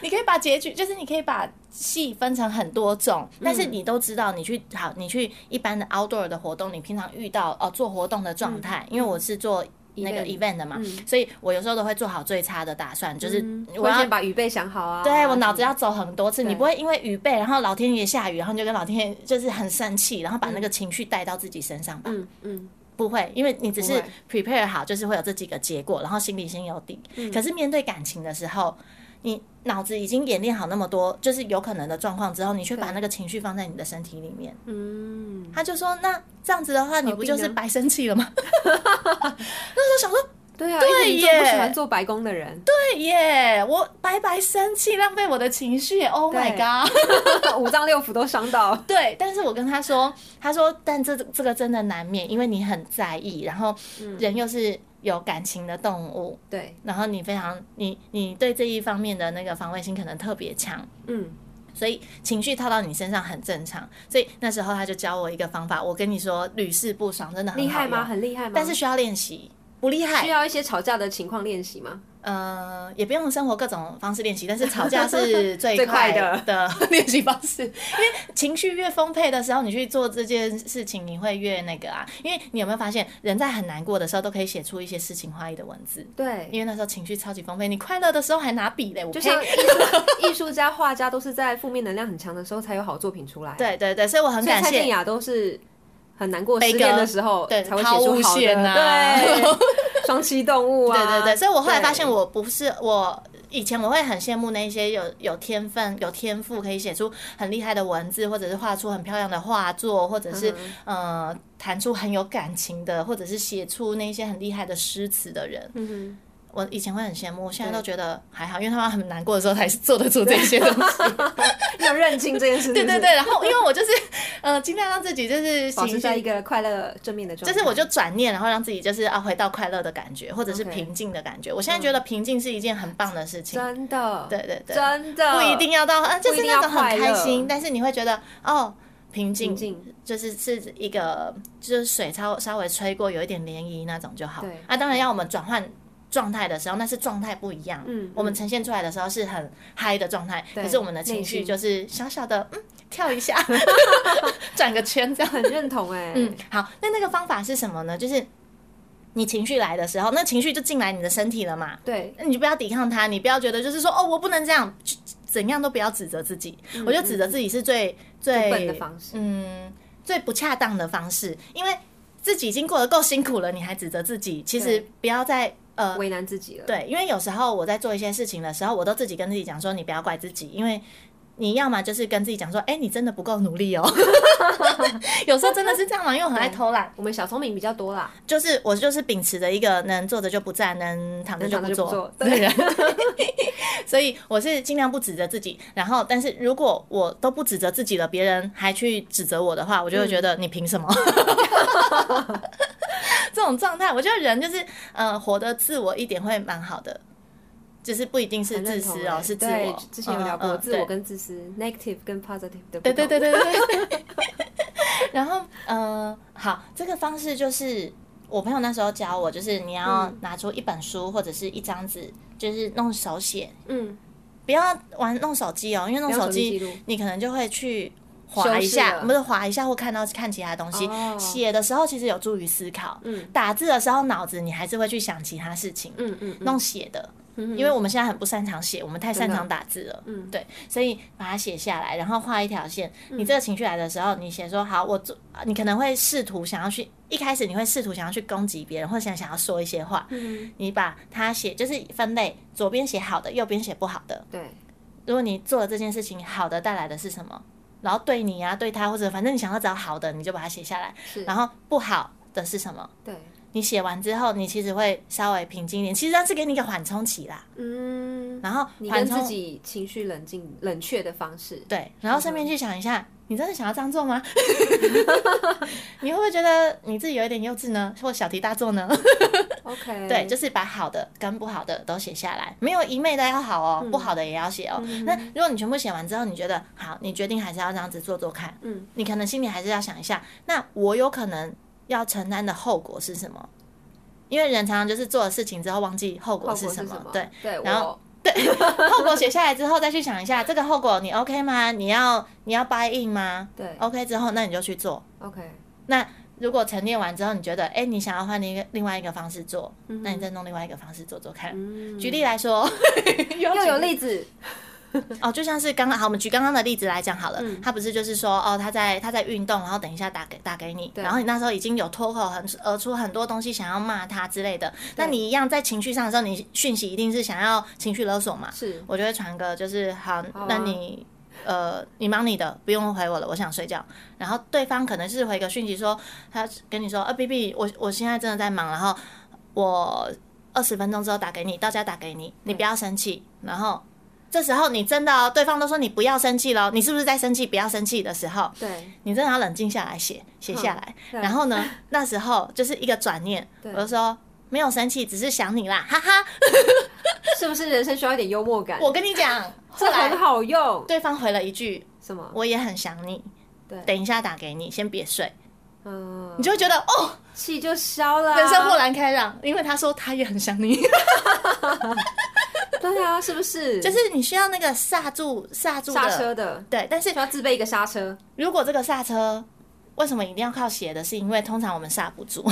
A: 你可以把结局，就是你可以把戏分成很多种，
B: 嗯
A: 但是你都知道，你去好，你去一般的 outdoor 的活动，你平常遇到哦做活动的状态，因为我是做。那个
B: 嗯 Event
A: event 的嘛，所以我有时候都会做好最差的打算，就是
B: 嗯
A: 我
B: 我
A: 要
B: 先把预备想好啊，
A: 对我
B: 什么
A: 脑子要走很多次，你不会因为雨备，然后老天爷下雨，然后你就跟老天爷就是很生气，然后把那个情绪带到自己身上吧？
B: 嗯嗯，
A: 不会，因为你只是
B: 不
A: prepare 好，就是会有这几个结果，然后心里先有底。可是面对感情的时候，你脑子已经演练好那么多，就是有可能的状况之后，你却把那个情绪放在你的身体里面。
B: 嗯，
A: 他就说：“那这样子的话，你不就是
B: 呢
A: 白生气了吗？” 那时候想说
B: 对啊，
A: 对
B: 因为你这么不
A: 耶
B: 喜欢做白工的人，：“
A: 对耶，我白白生气，浪费我的情绪。”Oh my
B: 对
A: god！
B: 五脏六腑都 伤到，
A: 对，但是我跟他说，他说，但这这个真的难免，因为你很在意，然后人又是有感情的动物，
B: 嗯对，
A: 然后你非常你你对这一方面的那个防卫心可能特别强，
B: 嗯，
A: 所以情绪套到你身上很正常。所以那时候他就教我一个方法，我跟你说屡试不爽，真的很
B: 厉
A: 好
B: 害吗？
A: 用？
B: 很厉害吗？
A: 但是需要练习，不厉害
B: 需，要一些吵架的情况练习吗？
A: 呃，也不用生活各种方式练习，但是吵架 是最
B: 最
A: 快
B: 快的
A: 的 练习方式。因为情绪越丰沛的时候，你去做这件事情，你会越那个啊。因为你有没有发现，人在很难过的时候，都可以写出一些诗情画意的文字。
B: 对，
A: 因为那时候情绪超级丰沛，你快乐的时候还拿笔嘞，我
B: 就
A: 呸
B: 像艺术 艺术家、画家都是在负面能量很强的时候才有好作品出来，，
A: 对对对，所以我很
B: 所以
A: 感
B: 蔡健
A: 谢。
B: 雅都是很难过、
A: 悲
B: 失恋
A: 歌
B: 的时候
A: 对
B: 才会
A: 抛
B: 写
A: 物
B: 出好的，
A: 线啊
B: 对，双栖动物啊，
A: 对对对，所以我后来
B: 对
A: 发现，我不是我以前我会很羡慕那些有有天分、有天赋可以写出很厉害的文字，或者是画出很漂亮的画作，或者是、
B: 嗯
A: 呃弹出很有感情的，或者是写出那些很厉害的诗词的人。
B: 嗯哼。
A: 我以前会很羡慕，现在都觉得还好，因为他们很难过的时候才做得出这些东西。
B: 你有认清这件事，
A: 对对
B: 是不是，
A: 对，然后因为我就是呃尽量让自己就是
B: 保持
A: 情
B: 在一
A: 绪。
B: 个快乐正面的状
A: 就
B: 态，
A: 是我就转念，然后让自己就是啊回到快乐的感觉，或者是
B: OK 嗯
A: 平静的感觉。我现在觉得平静是一件很棒的事情。
B: 真的，
A: 对对对，
B: 真的
A: 不一 定要到，啊，就
B: 不
A: 是
B: 一定
A: 那
B: 要
A: 种很
B: 快
A: 开
B: 乐
A: 心，但是你会觉得哦，平静，
B: 平静，
A: 就是是一个就是水稍稍微吹过，有一点涟漪那种就好
B: 对。
A: 啊，当然要我们转换。状态的时候，那是状态不一样。
B: 嗯
A: 我们呈现出来的时候是很嗨的状态，
B: 对
A: 可是我们的情
B: 内
A: 绪
B: 心
A: 就是小小的，嗯，跳一 下，转个圈这样。
B: 很认同哎，
A: 嗯，好，那那个方法是什么呢？就是你情绪来的时候，那情绪就进来你的身体了嘛。
B: 对，
A: 那你就不要抵抗它，你不要觉得就是说哦，我不能这样，就怎样都不要指责自己。我觉得指责自己是最最
B: 嗯笨的方式，
A: 嗯，最不恰当的方式，因为自己已经过得够辛苦了，你还指责自己，其实
B: 对
A: 不要再呃。
B: 为难自己了，
A: 对，因为有时候我在做一些事情的时候，我都自己跟自己讲说，你不要怪自己，因为你要么就是跟自己讲说，哎、你真的不够努力哦。 有时候真的是这样嘛，因为我很 爱偷懒，
B: 我们小聪明比较多啦，
A: 就是我就是秉持着一个能坐着就不站，能躺着就
B: 躺着
A: 不
B: 就
A: 坐
B: 不做，
A: 对 所以我是尽量不指责自己。然后，但是如果我都不指责自己了，别人还去指责我的话，我就会觉得你凭什么？ 这种状态，我觉得人就是呃，活得自我一点会蛮好的，就是不一定是
B: 很
A: 自
B: 认同
A: 私哦，
B: 欸
A: 是自
B: 对
A: 我。
B: 之前有聊
A: 嗯
B: 过
A: 嗯
B: 自我
A: 对
B: 跟自私，negative 跟 positive 的不同。
A: 对对对对对对。 然后，呃，好，这个方式就是我朋友那时候教我，就是你要
B: 嗯
A: 拿出一本书或者是一张纸，就是弄手写，
B: 嗯，
A: 不要玩弄手机哦，因为弄手
B: 不要手机记录
A: 机你可能就会去。划一
B: 修饰
A: 下，
B: 了
A: 不是划一下或看到看其他东西
B: 哦。
A: 写、的时候其实有助于思考，
B: 嗯
A: 打字的时候脑子你还是会去想其他事情。
B: 嗯嗯嗯，
A: 弄写的，因为我们现在很不擅长写，我们太擅
B: 的
A: 长打字了，嗯，对，所以把它写下来，然后画一条线。
B: 嗯
A: 你这个情绪来的时候，你写说好，我做，你可能会试图想要去，一开始你会试图想要去攻击别人，或者想想要说一些话，
B: 嗯
A: 你把它写就是分类，左边写好的，右边写不好的。
B: 对，
A: 如果你做了这件事情，好的带来的是什么？然后对你啊，对他，或者反正你想要找好的，你就把它写下来。
B: 是
A: 然后不好的是什么？
B: 对，
A: 你写完之后，你其实会稍微平静一点，其实它是给你一个缓冲期啦。
B: 嗯，
A: 然后
B: 你
A: 缓
B: 跟自
A: 冲
B: 己情绪冷静、冷却的方式，
A: 对，然后顺便去想一下，你真的想要这样做吗？ 你会不会觉得你自己有一点幼稚呢，或小题大做呢？
B: ，OK，
A: 对，就是把好的跟不好的都写下来，没有一昧的要好哦，
B: 嗯
A: 不好的也要写哦。那如果你全部写完之后，你觉得好，你决定还是要这样子做做看，
B: 嗯，
A: 你可能心里还是要想一下，那我有可能要承担的后果是什么？因为人常常就是做了事情之后忘记后
B: 后
A: 果
B: 果
A: 是
B: 是
A: 什
B: 什
A: 么，
B: 么？
A: 对，
B: 对，
A: 然
B: 我
A: 后后果写下来之后，再去想一下这个后果你 OK 吗？你要你要 buy in 吗？
B: 对
A: ，OK 之后，那你就去做。
B: OK，
A: 那如果沉淀完之后，你觉得哎、诶你想要换另一个另外一个方式做，那你再弄另外一个方式做做看。
B: 嗯，
A: 举例来说，
B: 又有例子，
A: 哦，就像是刚刚好，我们举刚刚的例子来讲好了。他不是就是说哦，他在他在运动，然后等一下打给打给你，然后你那时候已经有脱口很而出很多东西想要骂他之类的，那你一样在情绪上的时候，你讯息一定是想要情绪勒索嘛？
B: 是
A: 我就会传个就是好，
B: 啊
A: 那你呃你忙你的，不用回我了，我想睡觉。然后对方可能是回个讯息说，他跟你说，呃，B B，我我现在真的在忙，然后我二十分钟之后打给你，到家打给你，你不要生气。然后这时候你真的、哦、对方都说你不要生气了，你是不是在生气？不要生气的时候，
B: 对，嗯
A: 你真的要冷静下来写写下来。
B: 对
A: 然后呢，那时候就是一个转念，我就说。没有生气，只是想你啦，哈哈！
B: 是不是人生需要一点幽默感？
A: 我跟你讲， 后
B: 这
A: 来
B: 很好用，
A: 对方回了一句
B: 什么？：“
A: 我也很想你，
B: 对
A: 等一下打给你，先别睡。”
B: 嗯
A: 你，就会觉得哦，
B: 气就消了啊，
A: 人生豁然开朗，
B: 嗯
A: 因为他说他也很想你，
B: 对啊，是不是？
A: 就是是你需要那个刹住、刹住
B: 刹
A: 的。
B: 车的，
A: 对，但是
B: 需要自备一个刹车，
A: 如果这个刹车，为什么一定要靠斜的？是因为通常我们刹不住。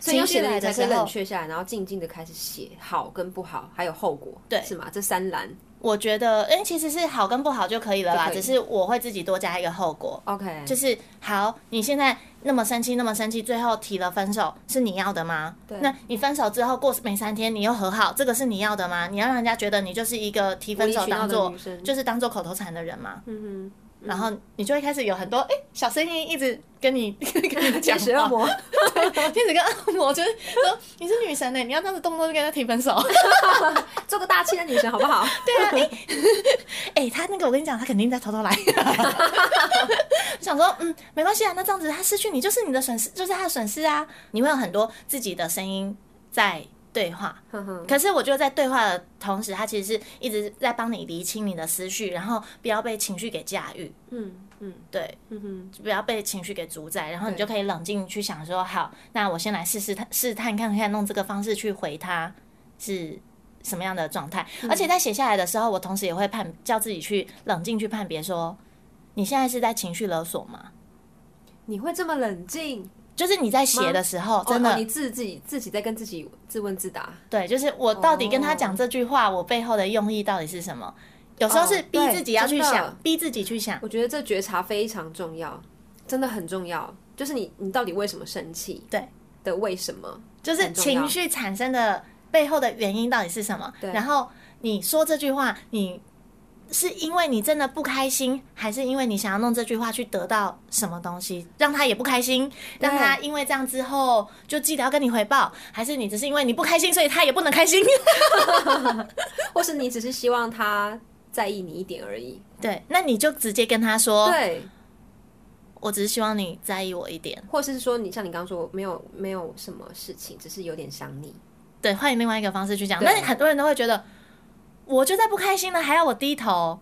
B: 所以要
A: 情绪
B: 写的
A: 来
B: 你才
A: 的
B: 可以
A: 时候
B: 冷却下来，然后静静的开始写好跟不好，还有后果，
A: 对
B: 是吗？这三栏
A: 我觉得，哎、其实是好跟不好就可以了啦，
B: 就可以
A: 只是我会自己多加一个后果。
B: ，OK，
A: 就是好，你现在那么生气，那么生气，最后提了分手，是你要的吗？对那你分手之后过没三天，你又和好，这个是你要的吗？你要让人家觉得你就是一个提分手
B: 无理取闹
A: 当
B: 的
A: 做
B: 女生
A: 就是当做口头禅的人吗？
B: 嗯哼，
A: 然后你就会开始有很多哎、诶小声音一直跟你 跟你讲
B: 天使恶
A: 话，
B: 魔，
A: 天使跟恶魔就是说你是女神呢、欸你要这样子动不动就跟他提分手。
B: 做个大气的女神好不好？
A: 对啊，哎、 哎、他那个我跟你讲，他肯定在偷偷来。 我想说，嗯，没关系啊，那这样子他失去你就是你的损失，就是他的损失啊。你会有很多自己的声音在对话，
B: 哼嗯哼，
A: 可是我觉得在对话的同时，他其实是一直在帮你厘清你的思绪，然后不要被情绪给驾驭，
B: 嗯嗯
A: 对，
B: 嗯哼，
A: 就不要被情绪给主宰，然后你就可以冷静去想说，好，那我先来试试探试探看看，用这个方式去回他是什么样的状态。
B: 嗯
A: 而且在写下来的时候，我同时也会判叫自己去冷静去判别说，你现在是在情绪勒索吗？
B: 你会这么冷静？
A: 就是你在写的时候，真
B: 哦
A: 的、
B: 哦你自自己自己在跟自己自问自答，
A: 对，就是我到底跟他
B: 哦
A: 讲这句话，我背后的用意到底是什么？有时候是
B: 哦
A: 逼
B: 对
A: 自己要去
B: 真的
A: 想，逼自己去想，
B: 我觉得这觉察非常重要，真的很重要。就是你，你到底为什么生气？
A: 对
B: 的，为什么？
A: 就是
B: 很重要
A: 情绪产生的背后的原因到底是什么？然后你说这句话，你是因为你真的不开心，还是因为你想要弄这句话去得到什么东西，让他也不开心，让他因为这样之后就记得要跟你回报，还是你只是因为你不开心，所以他也不能开心？
B: 或是你只是希望他在意你一点而已。
A: 对，那你就直接跟他说，
B: 对，
A: 我只是希望你在意我一点。
B: 或是说你像你刚刚说，没有没有什么事情，只是有点想你。
A: 对，换另外一个方式去讲，
B: 对
A: 但是很多人都会觉得，我就在不开心了，还要我低头。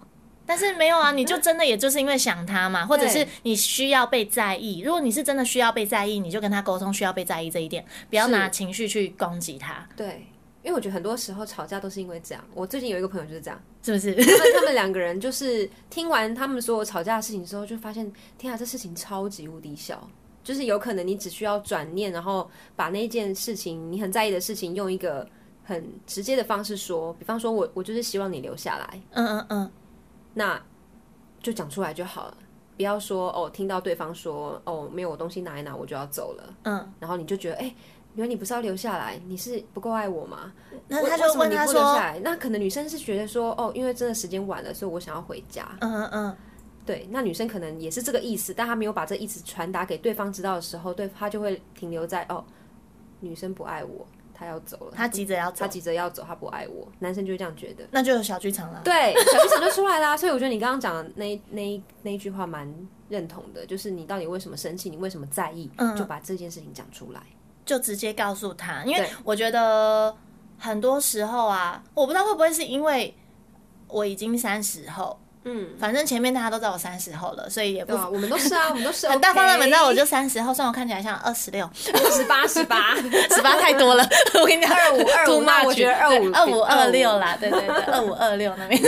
A: 但是没有
B: 嗯
A: 啊，你就真的也就是因为想他嘛，或者是你需要被在意。如果你是真的需要被在意，你就跟他沟通需要被在意这一点，不要拿情绪去攻击他，
B: 对，因为我觉得很多时候吵架都是因为这样。我最近有一个朋友就是这样，
A: 是不是？
B: 他们他们两个人就是听完他们所有吵架的事情之后，就发现天啊，这事情超级无敌小。就是有可能你只需要转念，然后把那件事情你很在意的事情，用一个很直接的方式说，比方说我我就是希望你留下来，
A: 嗯嗯嗯，
B: 那就讲出来就好了，不要说哦，听到对方说哦没有我东西拿一拿我就要走了，
A: 嗯，
B: 然后你就觉得哎。原来你不是要留下来，你是不够爱我吗？
A: 那
B: 为
A: 他
B: 为
A: 就
B: 什么
A: 问
B: 你
A: 他
B: 不留下
A: 说，
B: 来，那可能女生是觉得说，哦，因为真的时间晚了，所以我想要回家。
A: 嗯嗯嗯，
B: 对，那女生可能也是这个意思，但她没有把这意思传达给对方知道的时候，对她就会停留在哦，女生不爱我，她要走了，
A: 他急着要
B: 她
A: 走，
B: 急着要走，她不爱我，男生就会这样觉得。
A: 那就有小剧场了。
B: 对，小剧场就出来啦。所以我觉得你刚刚讲的那一那一那一句话蛮认同的，就是你到底为什么生气，你为什么在意，
A: 嗯
B: 就把这件事情讲出来。
A: 就直接告诉他，因为
B: 对
A: 我觉得很多时候啊，我不知道会不会是因为我已经三十后，
B: 嗯，
A: 反正前面大家都知道我三十后了，所以也不、
B: 对啊，我们都是啊，我哎们都是
A: 很大方的，
B: OK
A: 反正我就三十后，虽然我看起来像二十六、
B: 十八十八。
A: 十八太多了，我跟你讲，
B: 二五二五
A: too
B: 那我
A: much
B: 觉得二五
A: 对二五二六啦，对对对，二五二六那边。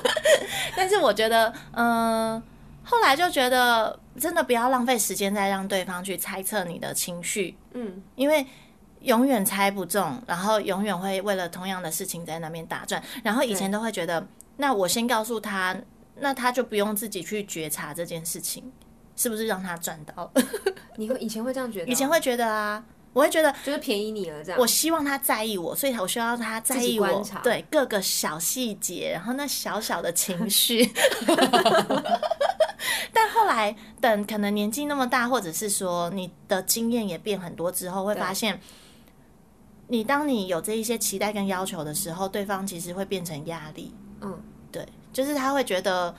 A: 但是我觉得，嗯、后来就觉得真的不要浪费时间再让对方去猜测你的情绪，
B: 嗯，
A: 因为永远猜不中，然后永远会为了同样的事情在那边打转。然后以前都会觉得，那我先告诉他，那他就不用自己去觉察这件事情，是不是让他赚到？
B: 你会以前会这样觉得哦？
A: 以前会觉得啊，我会觉得。
B: 就是便宜你了这样。
A: 我希望他在意我，所以我需要他在
B: 自己
A: 意
B: 观
A: 我
B: 察，
A: 对各个小细节，然后那小小的情 绪。但后来等可能年纪那么大，或者是说你的经验也变很多之后，会发现，你当你有这一些期待跟要求的时候，对方其实会变成压力。
B: 嗯，
A: 对，就是他会觉得。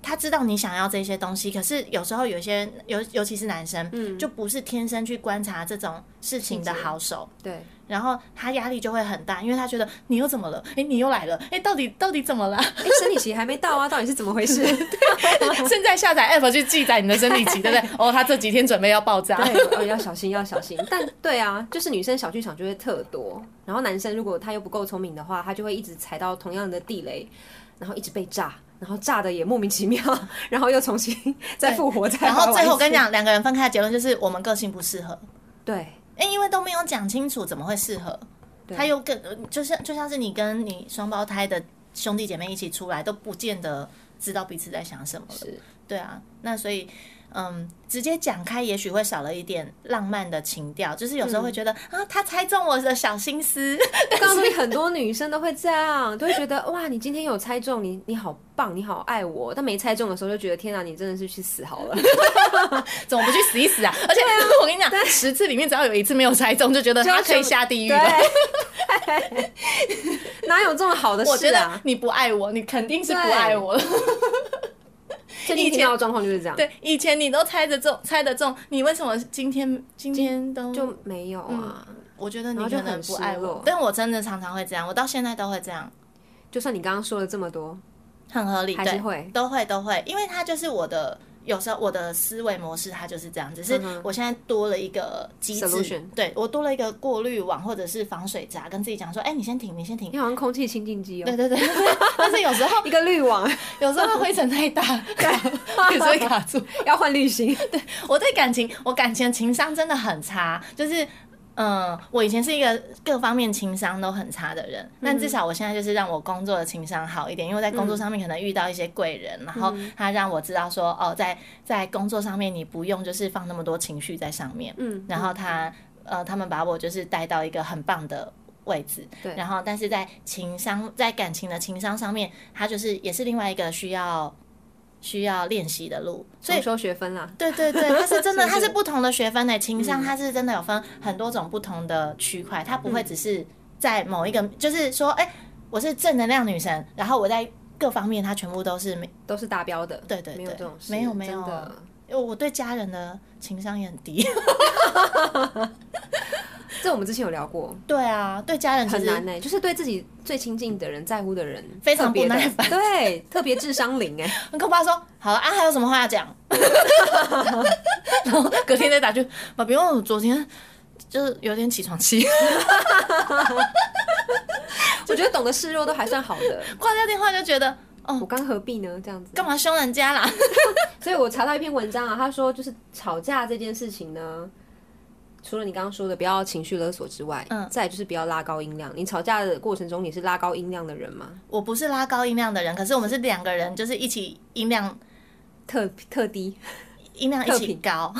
A: 他知道你想要这些东西，可是有时候有一些人，尤尤其是男生，就不是天生去观察这种事情的
B: 嗯细节
A: 好手，
B: 对，
A: 然后他压力就会很大，因为他觉得你又怎么了？哎，你又来了，哎，到底到底怎么了？
B: 哎，生理期还没到 啊，到底是怎么回事？
A: 现在下载 app 去记载你的生理期，对不对？哦，他这几天准备要爆炸。
B: 对，哦，要小心，要小心。但对啊，就是女生小剧场就会特多，然后男生如果他又不够聪明的话，他就会一直踩到同样的地雷，然后一直被炸，然后炸的也莫名其妙， 然后又重新再复活，再
A: 然后
B: 玩
A: 最后
B: 一
A: 我跟你
B: 次，
A: 讲，两个人分开的结论就是我们个性不适合，
B: 对，
A: 哎，因为都没有讲清楚，怎么会适合？他又跟就像就像是你跟你双胞胎的兄弟姐妹一起出来，都不见得知道彼此在想什么了。
B: 是
A: 对啊，那所以，嗯，直接讲开也许会少了一点浪漫的情调，就是有时候会觉得、啊，他猜中我的小心思，
B: 我告诉你，很多女生都会这样，都会觉得 哇，你今天有猜中，你你好棒，你好爱我。但没猜中的时候，就觉得天啊，你真的是去死好了。
A: 怎么不去死一死啊？而且 我跟你讲，十次里面只要有一次没有猜中，就觉得
B: 就要
A: 他可以
B: 求
A: 下地狱了。
B: 对， 哪有这么好的事啊？
A: 我觉得你不爱我，你肯定是不爱我了。
B: 最近听到的状况就是这样，
A: 对，以前你都猜得中，猜得中，你为什么今天今天都
B: 就没有啊。
A: 我觉得你
B: 然后就
A: 可能
B: 很
A: 不
B: 失
A: 爱我
B: 落，
A: 但我真的常常会这样，我到现在都会这样，
B: 就算你刚刚说了这么多，
A: 很合理，
B: 还是
A: 对
B: 会
A: 都会都会，因为它就是我的。有时候我的思维模式它就是这样，只是
B: 嗯哼
A: 我现在多了一个机制
B: Solution
A: 对我多了一个过滤网或者是防水闸，跟自己讲说，哎、你先停，你先 停
B: 你，好像空气清净机
A: 对
B: 哦，
A: 对对， 但是有时候
B: 一个 滤网，
A: 有时候灰尘太 大，有时候会卡住。
B: 要换滤芯。
A: 我对感情，我感情情商真的很差，就是。嗯，我以前是一个各方面情商都很差的人，
B: 嗯
A: 但至少我现在就是让我工作的情商好一点，因为在工作上面可能遇到一些贵人，然
B: 嗯
A: 后他让我知道说，哦，在在工作上面你不用就是放那么多情绪在上面，
B: 嗯
A: 然后他呃，他们把我就是带到一个很棒的位置。对。然后，但是在情商，在感情的情商上面，它就是也是另外一个需要需要练习的路。 所以
B: 收学分啦。
A: 对对对，它是真的，它是不同的学分的情商，它是真的有分很多种不同的区块，它不会只是在某一个，就是说，哎、我是正能量女神，然后我在各方面它全部都是没，
B: 都是达标的。
A: 对对
B: 没有
A: 对
B: 这种事，
A: 没有没
B: 真
A: 有
B: 的
A: 因为哦我对家人的情商也很低。
B: 这我们之前有聊过，
A: 对啊，对家人其
B: 很
A: 实
B: 难呢、就是对自己最亲近的人、在乎的人，
A: 非常
B: 特别的
A: 不耐烦
B: 对，特别智 商零哎、
A: 很可怕说好了啊，还有什么话要讲？然后隔天再打去，爸比，因为哦我昨天就是有点起床气，
B: 我觉得懂得示弱都还算好的。
A: 挂掉电话就觉得哦
B: 我刚何必呢？这样子，
A: 干嘛凶人家啦？
B: 所以我查到一篇文章啊，他说就是吵架这件事情呢，除了你刚刚说的不要情绪勒索之外，嗯，再来就是不要拉高音量。你吵架的过程中，你是拉高音量的人吗？
A: 我不是拉高音量的人，可是我们是两个人，就是一起音量
B: 特特低，
A: 音量一起高，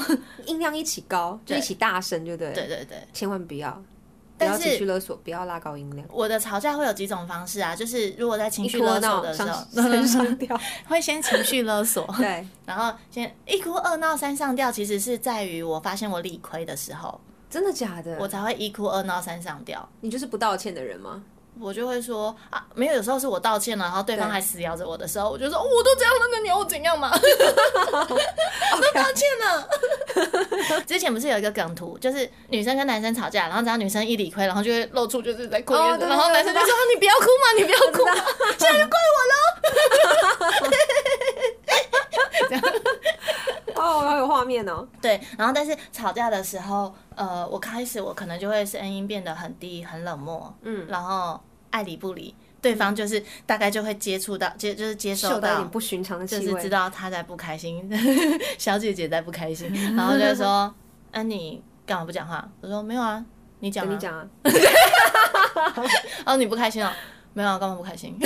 B: 音量一起高，就一起大声，对不对？
A: 对对对。
B: 千万不要，不
A: 但
B: 要
A: 是
B: 情绪勒索，不要拉高音量，
A: 我的吵架会有几种方式啊，就是如果在情绪
B: 哭
A: 勒
B: 了
A: 索
B: 闹
A: 的时
B: 伤
A: 候，
B: 三上吊，
A: 会先情绪勒索，
B: 对，
A: 然后先一哭二闹三上吊，其实是在于我发现我理亏的时候，
B: 真的假的？
A: 我才会一哭二闹三上吊。
B: 你就是不道歉的人吗？
A: 我就会说啊，没有，有时候是我道歉了，然后对方还死咬着我的时候，我就说、哦我都这样了，那你要我怎样 嘛？我都道歉了。 之前不是有一个梗图，就是女生跟男生吵架，然后只要女生一理亏，然后就会露出就是在哭，
B: 哦对对
A: 然后男生就说
B: 对
A: 啊你不要哭嘛，你不要 哭嘛，现在就怪
B: 哦，好有画面哦。
A: 对。然后但是吵架的时候，呃，我开始我可能就会声音变得很低，很冷漠，嗯，然后爱理不理，对方就是大概就会接触到接就是接
B: 嗯嗅
A: 收
B: 到一
A: 到
B: 点不寻常的气
A: 就是
B: 味，
A: 知道他在不开心， 小姐姐在不开 心，然后就会说：“啊，你干嘛不讲话？”我说：“没有啊，你讲、啊。”
B: 你。讲啊，
A: 哦，你不开心哦？没有、啊，干嘛不开心？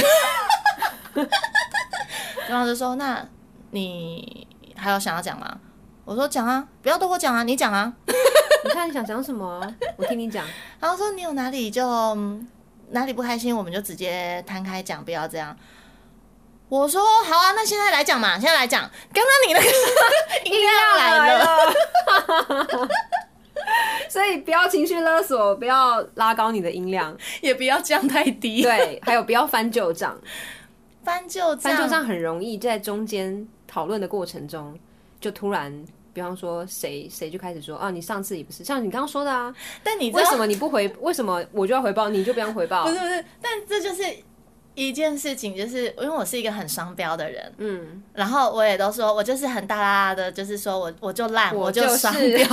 A: 然后就说：“那你还有想要讲吗？”我说：“讲啊，不要对我讲啊，你讲啊。
B: 你看你想讲什么啊？我听你 讲，”
A: 然后说：“你有哪里就、嗯哪里不开心，我们就直接摊开讲，不要这样。”我说：“好啊，那现在来讲嘛，现在来讲。刚刚你那个 音量来了。”
B: 了。 所以不要情绪勒索，不要拉高你的音量，
A: 也不要降太低。
B: 对，还有不要翻旧账，
A: 翻旧
B: 翻旧
A: 账，
B: 账很容易在中间讨论的过程中，就突然，比方说谁谁就开始说啊，你上次也不是像你刚刚说的啊，
A: 但你知
B: 为
A: 道
B: 什么你不回？为什么我就要回报，你就不用回报
A: 不？是不是？但这就是一件事情，就是因为我是一个很双标的人，
B: 嗯，
A: 然后我也都说我就是很大啦啦的，就是说我我就烂，
B: 我
A: 我
B: 就是
A: 双标，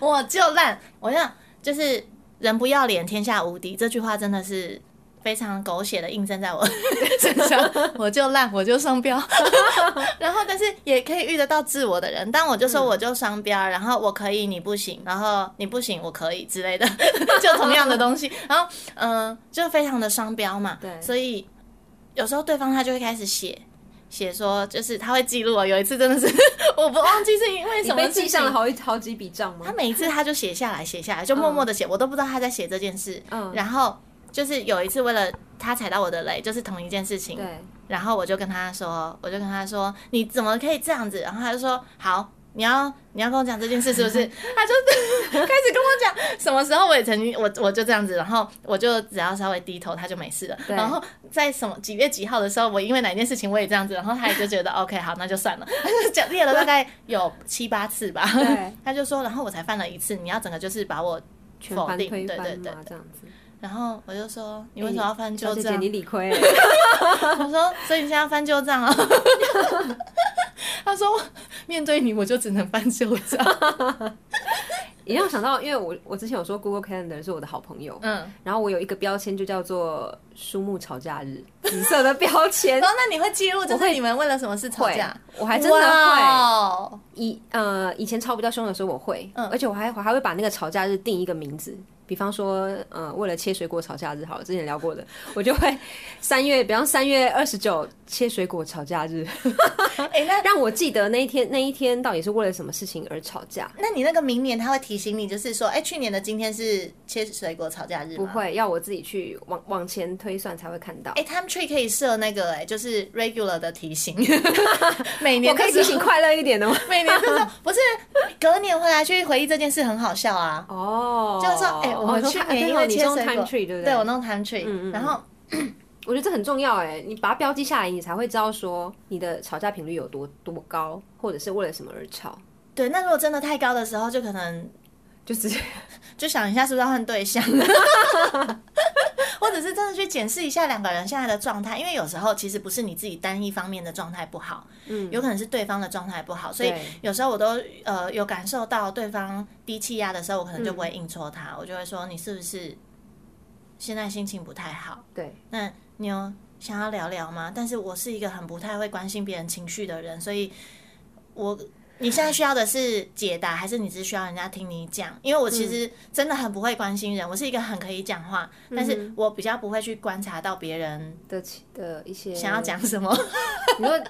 A: 我就烂，我想就是人不要脸，天下无敌，这句话真的是。非常狗血的印证在我身上，我就烂，我就双标， 然后但是也可以遇得到自我的人，但我就
B: 嗯
A: 说我就双标，然后我可以，你不行，然后你不行，我可以之类的， 就同样的东西，然后嗯、呃就非常的双标嘛，
B: 对
A: 所以有时候对方他就会开始写。写说就是他会记录哦，有一次真的是 我不忘记是因为
B: 你
A: 什么
B: 被
A: 事
B: 记
A: 情
B: 上了，好一好几笔账吗
A: 他？每一次他就写下来，写下来，就默默的写，我都不知道他在写这件事。
B: 嗯
A: 然后就是有一次为了他踩到我的雷，就是同一件事情，
B: 对，
A: 然后我就跟他说，我就跟他说，你怎么可以这样子？然后他就说，好，你要你要跟我讲这件事是不 是？他就开始跟我讲，什么时候我也曾经我我就这样子，然后我就只要稍微低头，他就没事了。
B: 对
A: 然后在什么几月几号的时候，我因为哪件事情我也这样子，然后他也就觉得 OK 好，那就算了。他就讲列了大概有七八次吧
B: 对，
A: 他就说，然后我才犯了一次，你要整个就是把我。
B: 全
A: 否
B: 翻
A: 定
B: 推
A: 对
B: 翻
A: 对
B: 嘛，这样子。
A: 然后我就说，你为什么要翻旧
B: 小姐
A: 账
B: 哎姐，？你理亏欸、
A: 我说，所以你现在要翻旧账啊？他说，面对你我就只能翻旧账。
B: 也让我想到，因为我我之前有说 Google Calendar 是我的好朋友，
A: 嗯，
B: 然后我有一个标签就叫做“书目吵架日”，紫色的标 签
A: 然。后那你会记录，就是你们为了什么事吵架？
B: 我还真的会
A: 哇哦
B: 以呃以前吵比较凶的时候我会，
A: 嗯
B: 而且我还我还会把那个吵架日定一个名字，比方说，呃，为了切水果吵假日，好了，之前聊过的，我就会 三月，比方三月二十九切水果吵 假日，
A: 哎、那
B: 让我记得那一天那一天到底是为了什么事情而吵架。
A: 那你那个明年他会提醒你，就是说，哎、去年的今天是切水果吵架日吗？
B: 不。会要我自己去往往前推算才会看到。
A: 哎、t i m e Tree 可以设那个、哎，就是 regular 的提 醒，每年
B: 我可以提醒
A: 快。
B: 快乐一点 哦的吗？
A: 每年都说不是隔年回来去回忆这件事很好笑啊，
B: 哦，
A: 就是说哎、我们去年因
B: 哦
A: 为
B: 你
A: 切
B: 是用
A: 水
B: time
A: 果，
B: tree 对不
A: 对我嗯弄 time tree，然后
B: 我觉得这很重要哎，你把它标记下来，你才会知道说你的吵架频率有多多高，或者是为了什么而吵，
A: 对，那如果真的太高的时候，就可能
B: 就直接
A: 就想一下是不是要换对象， 或者是真的去检视一下两个人现在的状态，因为有时候其实不是你自己单一方面的状态不好，嗯，有可能是对方的状态不好，所以
B: 对
A: 有时候我都呃有感受到对方低气压的时候，我可
B: 嗯
A: 能就不会硬戳他，我就会说你是不是现在心情不太好？
B: 对，
A: 那你有想要聊聊吗？但是我是一个很不太会关心别人情绪的人，所以我你现在需要的是解答，还是你只需要人家听你讲？因为我其实真的很不会关心人，我是一个很可以讲话，但是我比较不会去观察到别人
B: 嗯的其的一些
A: 想要，讲什么。
B: 你说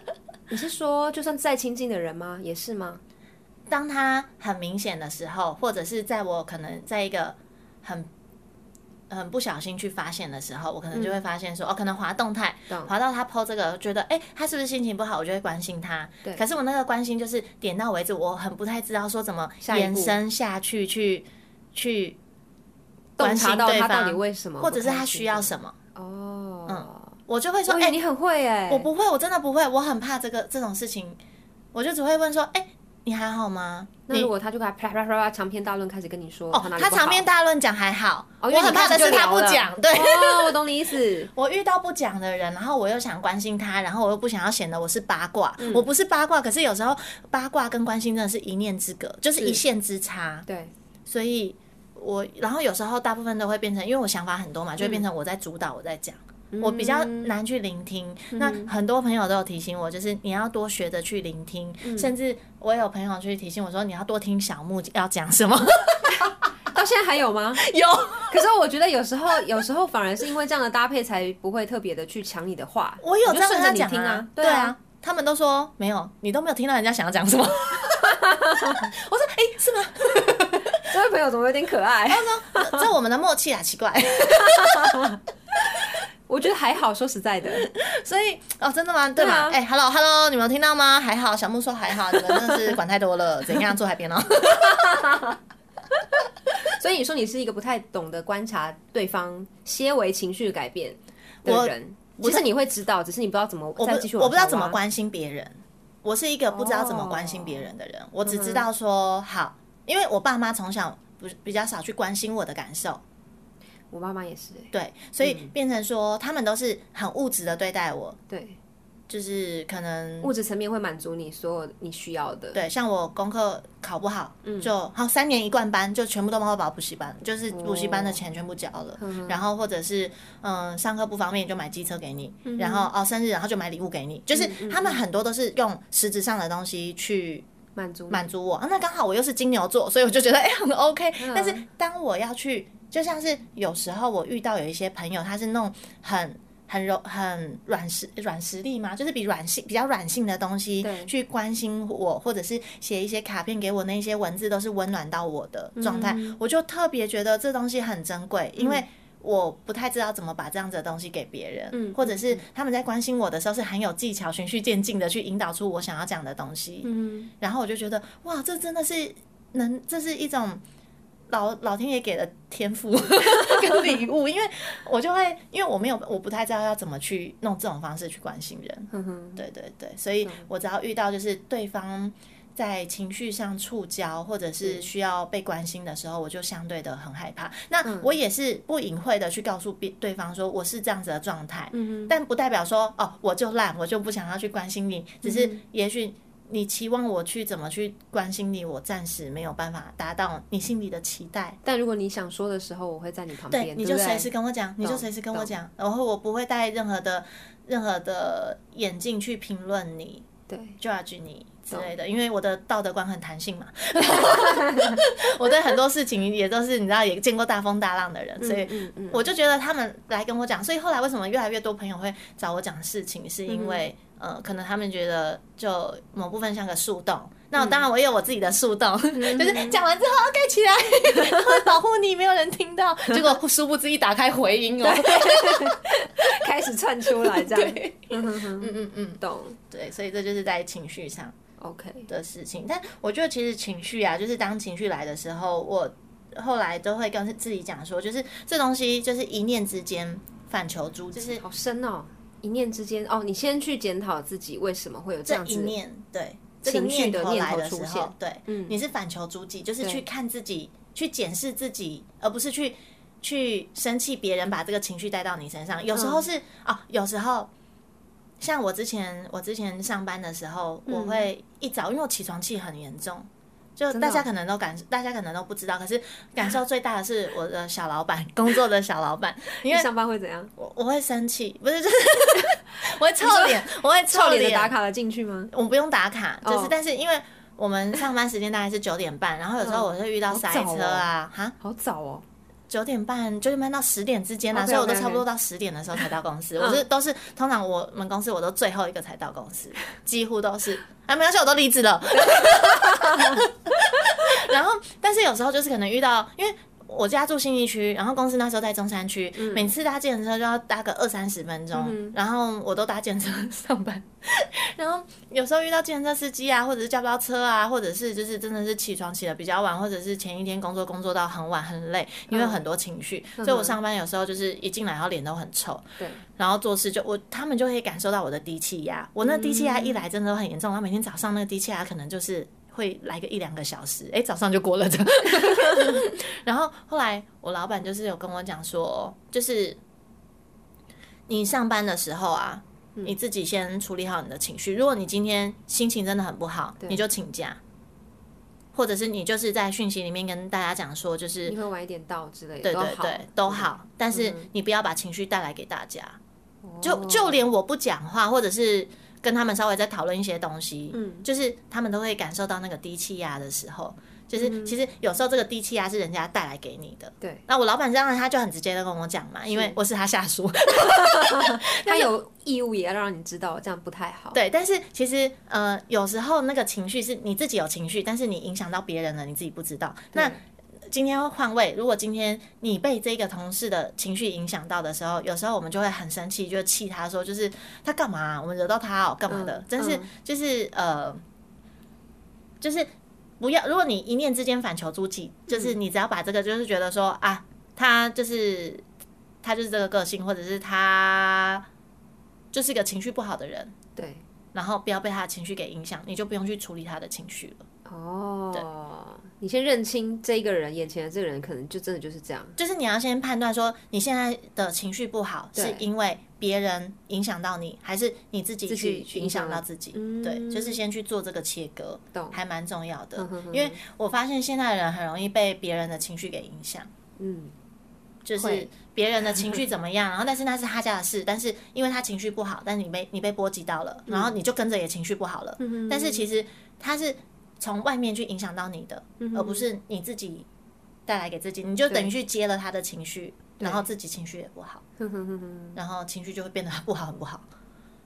B: 你是说就算再亲近的人吗？也是吗？
A: 当他很明显的时候，或者是在我可能在一个很很不小心去发现的时候，我可
B: 嗯
A: 能就会发现说，哦，可能滑动态，滑到他 PO 这个，觉得哎、他是不是心情不好，我就会关心他。对，可是我那个关心就是点到为止，我很不太知道说怎么
B: 下一
A: 延
B: 步
A: 伸下去去去
B: 洞
A: 关心
B: 察到
A: 对
B: 他
A: 方，
B: 到底为什么，
A: 或者是他需要什么，
B: 么？哦，嗯，
A: 我就会说，
B: 我以
A: 哎、
B: 为你很会哎，我
A: 不会，我真的不会，我很怕这个这种事情，我就只会问说，哎、你还好吗？
B: 那如果他就给他啪啪啪啪长篇大论开始跟你说他哪
A: 哦
B: 里
A: 他
B: 不好哦
A: 长篇大论讲还好，
B: 哦因
A: 我
B: 为你
A: 很怕的
B: 开始
A: 是
B: 就
A: 他
B: 聊
A: 不
B: 了
A: 讲。对，
B: 哦，我懂你意思。
A: 我遇到不讲的人，然后我又想关心他，然后我又不想要显得我是八卦，
B: 嗯
A: 我不是八卦，可是有时候八卦跟关心真的是一念之隔，就是一线之差。
B: 对，
A: 所以我，然后有时候大部分都会变成，因为我想法很多嘛，
B: 嗯
A: 就会变成我在主导，我在讲。我比较难去聆听，
B: 嗯
A: 那很多朋友都有提醒我，就是你要多学着去聆听，
B: 嗯
A: 甚至我有朋友去提醒我说，你要多听小木要讲什么。
B: 到现在还有吗？
A: 有，
B: 可是我觉得有时候，有时候反而是因为这样的搭配，才不会特别的去抢你的话。
A: 我有
B: 你
A: 这
B: 就
A: 样跟
B: 顺
A: 他
B: 着你
A: 讲
B: 听啊，
A: 对
B: 啊，，
A: 他们都说没有，你都没有听到人家想要讲什么。 我说哎、诶是吗？
B: 这位朋友怎么有点可爱？
A: 这这我们的默契啊，奇怪。
B: 我觉得还好，说实在的，
A: 所以哦，真的吗？对吧？
B: 对啊
A: 哎、h e l l o Hello，你们有听到吗？还好，小木说还好，你们真的是管太多了，怎样坐海边哦？
B: 所以你说你是一个不太懂得观察对方些微情绪改变的人，其实你会知道，只是你不知道怎么
A: 我
B: 再 继续
A: 不
B: 往
A: 我不知道
B: 下
A: 怎么
B: 挖
A: 关心别人，我是一个不知道怎么关心别人的人，我只
B: 哦
A: 知道说、好，因为我爸妈从小不是比较少去关心我的感受。
B: 我妈妈也是、欸，
A: 对，所以变成说、他们都是很物质的对待我，
B: 对，
A: 就是可能
B: 物质层面会满足你所有你需要的，
A: 对，像我功课考不好，
B: 嗯
A: 就好三年一贯班，就全部都帮我把补习班，就是补习
B: 哦
A: 班的钱全部交了。然后或者是嗯，上课不方便就买机车给你，
B: 嗯
A: 然后哦生日然后就买礼物给你，就是他们很多都是用实质上的东西去
B: 满足嗯
A: 满足我。啊、那刚好我又是金牛座，所以我就觉得哎、很 OK。但是当我要去，就像是有时候我遇到有一些朋友，他是那种很。很柔、很软实、软实力嘛，就是比软性、比较软性的东西
B: 对
A: 去关心我，或者是写一些卡片给我，那一些文字都是温暖到我的状态。
B: 嗯
A: 我就特别觉得这东西很珍贵，因为我不太知道怎么把这样子的东西给别人，
B: 嗯
A: 或者是他们在关心我的时候是很有技巧、循序渐进的去引导出我想要讲的东西。
B: 嗯，
A: 然后我就觉得哇，这真的是能，这是一种老老天爷给的天赋跟礼物，因为我就会，因为我没有，我不太知道要怎么去弄这种方式去关心人，
B: 嗯哼哼，
A: 对对对，所以我只要遇到就是对方。在情绪上触礁，或者是需要被关心的时候，我就相对的很害怕。那我也是不隐晦的去告诉别对方说我是这样子的状态，
B: 嗯
A: 但不代表说哦我就烂，我就不想要去关心你。只
B: 嗯
A: 是也许你期望我去怎么去关心你，我暂时没有办法达到你心里的期待。
B: 但如果你想说的时候，我会在你旁边，
A: 你
B: 对
A: 就
B: 不对
A: 随时跟我讲，你就随时跟我讲，然后我不会带任何的任何的眼镜去评论你。
B: 对，
A: judge 你之类的，因为我的道德观很弹 性嘛，我对很多事情也都是你知道也见过大风大浪的人，所以
B: 嗯嗯
A: 我就觉得他们来跟我讲，所以后来为什么越来越多朋友会找我讲事情，是因为、呃，可能他们觉得就某部分像个树洞。那当然，我也有我自己的树洞， 就是讲完之后盖起来， 会保护你，没有人听到。结果殊不知一打开回音哦，
B: 开始窜出来这样，
A: 对
B: 嗯哼哼
A: 嗯嗯嗯，
B: 懂
A: 对，所以这就是在情绪上。
B: ，OK，
A: 的事情。但我觉得其实情绪啊，就是当情绪来的时候，我后来都会跟自己讲说，就是这东西就是一念之间反求诸己，就是
B: 好深哦，一念之间哦，你先去检讨自己为什么会有这样
A: 一
B: 子，
A: 念对。这个
B: 情绪
A: 念
B: 的
A: 头
B: 念
A: 来
B: 头
A: 的
B: 出
A: 时
B: 现嗯
A: 候，对，你是反求诸己，就是去看自己，去检视自己，而不是去去生气别人把这个情绪带到你身上。有时
B: 嗯
A: 候是哦，有时候像我之前，我之前上班的时候，
B: 嗯
A: 我会一早，因为我起床气很严重，就大
B: 哦
A: 家可能都感，大家可能都不知道，可是感 受最大的是我的小老板，工作的小老板， 因
B: 你
A: 为
B: 上班会怎样？
A: 我我会生气，不是，就是 我会臭脸，我会臭
B: 靠脸
A: 脸
B: 的打卡了进去吗？
A: 我不用打卡，就是、
B: 哦
A: 但是因为我们上班时间大概是九点半，然后有时候我会遇到塞车啊，哈、
B: 嗯好早哦，
A: 九点半九点半到十点之间啊
B: OK，OK，OK
A: 所以我都差不多到十点的时候才到 公司。我
B: 嗯
A: 是都是通常我们公司我都最后一个才到公司，几乎都是啊，没关系，我都离职了。 然后，但是有时候就是可能遇到，因为。我家住信义区，然后公司那时候在中山区，
B: 嗯
A: 每次搭电车就要搭个二三十分钟，然后我都搭电车上班，然后有时候遇到电车司机啊，或者是叫不到车啊，或者是就是真的是起床起的比较晚，或者是前一天工作工作到很晚很累，因为很多情绪，所以我上班有时候就是一进来然后脸都很臭，
B: 对，
A: 然后做事就我他们就可以感受到我的低气压，我那低气
B: 嗯
A: 压一来真的很严重，然后每天早上那个低气压可能就是会来个一两个小时，哎，早上就过了的。 然后后来我老板就是有跟我讲说，就是你上班的时候啊，
B: 嗯
A: 你自己先处理好你的情绪。如果你今天心情真的很不好，你就请假，或者是你就是在讯息里面跟大家讲说，就是
B: 你会晚一点到之类的，
A: 对
B: 都
A: 对
B: 好嗯
A: 对，都好。但是你不要把情绪带来给大家。就
B: 哦
A: 就连我不讲话，或者是跟他们稍微再讨论一些东西， 嗯，就是他们都会感受到那个低气压的时候，就是其实有时候这个低气压是人家带来给你的。
B: 对，
A: 那我老板这样，他就很直接的跟我讲嘛，因为我是他下属，
B: 他有义务也要让你知道，这样不太好。
A: 对，但是其实呃，有时候那个情绪是你自己有情绪，但是你影响到别人了，你自己不知道。那今天换位，如果今天你被这个同事的情绪影响到的时候，有时候我们就会很生气，就气他说，就是他干嘛啊、我们惹到他哦，干嘛的？
B: 嗯
A: 但是
B: 嗯
A: 就是呃，就是不要，如果你一念之间反求诸己，就是你只要把这个，就是觉得说啊，他就是他就是这个个性，或者是他就是一个情绪不好的人。
B: 对，
A: 然后不要被他的情绪给影响，你就不用去处理他的情绪了。
B: 哦，你先认清这一个人，眼前的这个人可能就真的就是这样。
A: 就是你要先判断说，你现在的情绪不好，是因为别人影响到你，还是你自己
B: 自
A: 去
B: 己
A: 影响到自己？
B: 嗯
A: 对，就是先去做这个切割，还蛮重要的。
B: 哼哼
A: 因为我发现现在的人很容易被别人的情绪给影响，
B: 嗯，
A: 就是
B: 会
A: 别人的情绪怎么样， 然后但是那是他家的事，但是因为他情绪不好，但是你被你被波及到了，然后你就跟着也情绪不好了。嗯但是其实他是从外面去影响到你的，
B: 嗯
A: 而不是你自己带来给自己，你就等于去接了他的情绪，然后自己情绪也不好，
B: 哼哼哼哼
A: 然后情绪就会变得很不好很不好。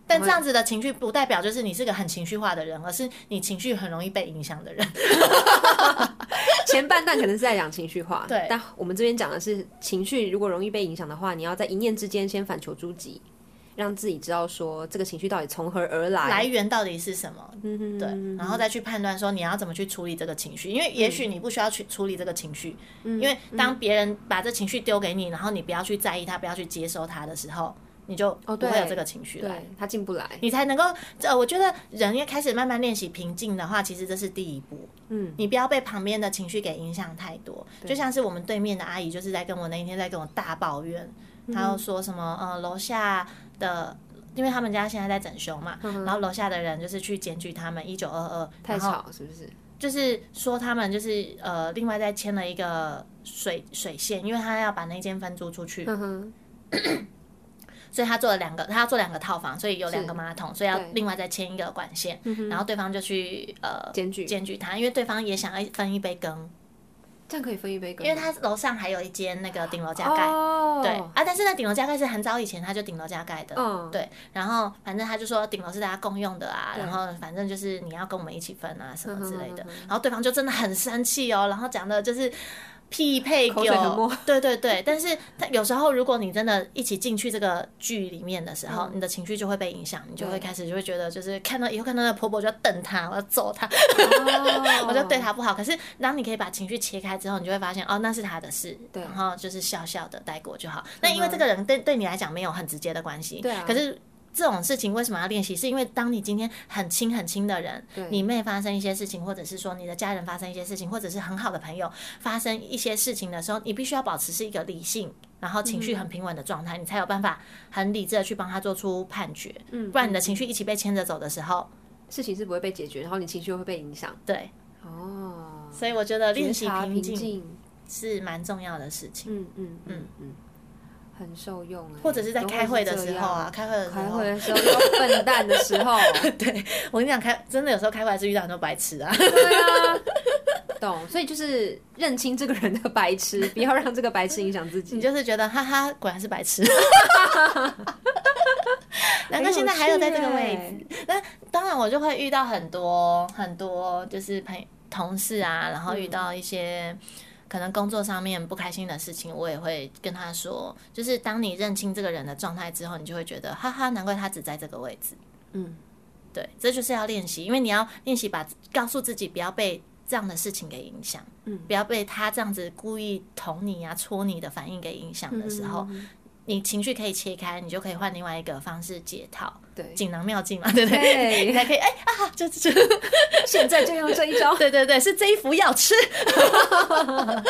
A: 但这样子的情绪不代表就是你是个很情绪化的人，而是你情绪很容易被影响的人。
B: 前半段可能是在讲情绪化，
A: 对
B: 但我们这边讲的是情绪，如果容易被影响的话，你要在一念之间先反求诸己，让自己知道说这个情绪到底从何而来。
A: 来源到底是什么？
B: 嗯
A: 对，然后再去判断说你要怎么去处理这个情绪，因为也
B: 嗯
A: 许你不需要去处理这个情绪，因为当别人把这情绪丢给你，然后你不要去在意它，不要去接收它的时候，你就不
B: 哦对
A: 会有这个情绪了。
B: 对他进不来，
A: 你才能够，呃，我觉得人要开始慢慢练习平静的话，其实这是第一步。嗯，你不要被旁边的情绪给影响太多。就像是我们对面的阿姨，就是在跟我那一天在跟我大抱怨，她又说什么，呃，楼下的。因为他们家现在在整修嘛，然后楼下的人就是去检举他们一九二二，
B: 太
A: 然后
B: 吵是不是？
A: 就是说他们就是呃，另外再签了一嗯个水水线，因为他要把那间分租出去，
B: 嗯哼，
A: 所以他做了两个，他要做两个套房，所以有两个马桶，所以要另外再牵一个管线，然后对方就去呃
B: 嗯检举嗯
A: 检举他，因为对方也想要分一杯羹，
B: 这样可以分一杯羹吗，
A: 因为他楼上还有一间那个顶楼加盖，
B: 哦，
A: 对啊，但是那顶楼加盖是很早以前他就顶楼加盖的，
B: 嗯
A: 对，然后反正他就说顶楼是大家共用的啊，然后反正就是你要跟我们一起分啊什么之类的，
B: 嗯哼嗯
A: 然后对方就真的很生气哦，然后讲的就是。匹配
B: 口水很
A: 狗
B: 多，
A: 对对对，但是他有时候如果你真的一起进去这个剧里面的时候，你的情绪就会被影响，你就会
B: 嗯对
A: 开始就会觉得就是看到以后看到那个婆婆就要瞪她，我要揍她，
B: 哦
A: 我就对他不好。可是当你可以把情绪切开之后，你就会发现哦，那是他的事，
B: 对嗯
A: 然后就是笑笑的带过就好。那因为这个人对对你来讲没有很直接的关系，
B: 对啊
A: 可是。这种事情为什么要练习？是因为当你今天很亲很亲的人
B: 对，
A: 你妹发生一些事情，或者是说你的家人发生一些事情，或者是很好的朋友发生一些事情的时候，你必须要保持是一个理性，然后情绪
B: 嗯
A: 很平稳的状态，你才有办法很理智的去帮他做出判决。嗯，不然你的情绪一起被牵着走的时候，
B: 事情是不会被解决，然后你情绪又会被影响。
A: 对，
B: 哦，
A: 所以我觉得练习
B: 觉察
A: 平
B: 平
A: 静
B: 静，
A: 是蛮重要的事情，
B: 嗯嗯嗯嗯，很受用欸。
A: 或者是在开会的
B: 都会是
A: 时
B: 这
A: 候啊，
B: 样
A: 开会的时
B: 开
A: 候
B: 会，的时 候又笨蛋的时候，
A: 对我跟你讲，开真的有时候开会还是遇到很多白痴啊，
B: 对啊，懂。所以就是认清这个人的白痴，不要让这个白痴影响自己
A: 你。就是觉得哈哈，果然是白 痴。难怪现在还有在这个位置。那当然，我就会遇到很多很多，就是朋同事啊，然
B: 嗯
A: 后遇到一些可能工作上面不开心的事情，我也会跟他说。就是当你认清这个人的状态之后，你就会觉得哈哈，难怪他只在这个位置。
B: 嗯，
A: 对，这就是要练习，因为你要练习把告诉自己不要被这样的事情给影响，嗯，不要被他这样子故意捅你啊、戳你的反应给影响
B: 嗯
A: 的时候，你情绪可以切开，你就可以换另外一个方式解套，
B: 对，
A: 锦囊妙计嘛，对不对？你
B: 对，
A: 才可以哎、啊，就就
B: 现在就用这一招，
A: 对对对，是这一副要吃，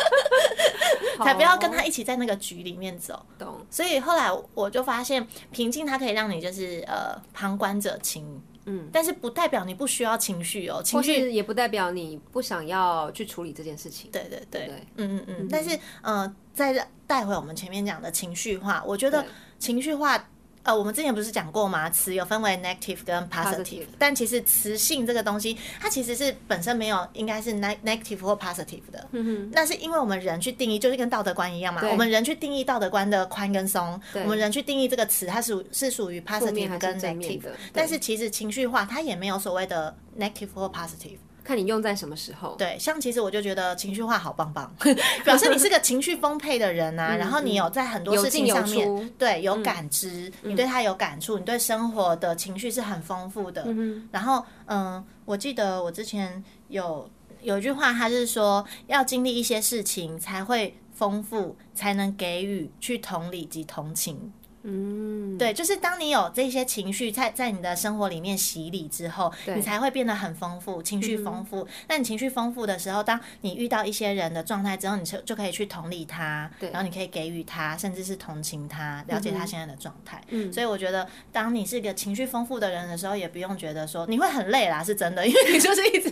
A: 才不要跟他一起在那个局里面走。
B: 好懂。
A: 所以后来我就发现，平静它可以让你就是呃旁观者清，嗯，但是不代表你不需要情绪哦，情
B: 或
A: 绪
B: 是也不代表你不想要去处理这件事情。
A: 对对对，
B: 对
A: 嗯嗯嗯。但是，呃，再带回我们前面讲的情绪化，我觉得
B: 对
A: 情绪化，呃，我们之前不是讲过吗？词有分为 negative 跟 positive，,
B: Positive
A: 但其实词性这个东西，它其实是本身没有应该是 ne- negative 或 positive 的。嗯那是因为我们人去定义，就是跟道德观一样嘛。
B: 对
A: 我们人去定义道德观的宽跟松，
B: 对
A: 我们人去定义这个词，它属是属于
B: 负面
A: positive
B: 还
A: 跟
B: 是正面
A: negative
B: 的。对
A: 但是其实情绪化，它也没有所谓的 negative 或 positive。
B: 看你用在什么 时候。
A: 对，像其实我就觉得情绪化好棒 棒，表示你是个情绪丰沛的人啊，然后你有在很多
B: 嗯有
A: 事情
B: 进有
A: 上面
B: 出嗯
A: 对有感知，你对他有感触，你对生活的情绪是很丰富的。然后，嗯，我记得我之前有有一句话，他是说要经历一些事情才会丰富，才能给予去同理及同情。
B: 嗯，
A: 对，就是当你有这些情绪在在你的生活里面洗礼之后，你才会变得很丰富，情绪丰富。那、你情绪丰富的时候，当你遇到一些人的状态之后，你就就可以去同理他，然后你可以给予他，甚至是同情他，了解他现在的状态。嗯，所以我觉得，当你是一个情绪丰富的人的时候，也不用觉得说你会很累啦，是真的，因为你就是一直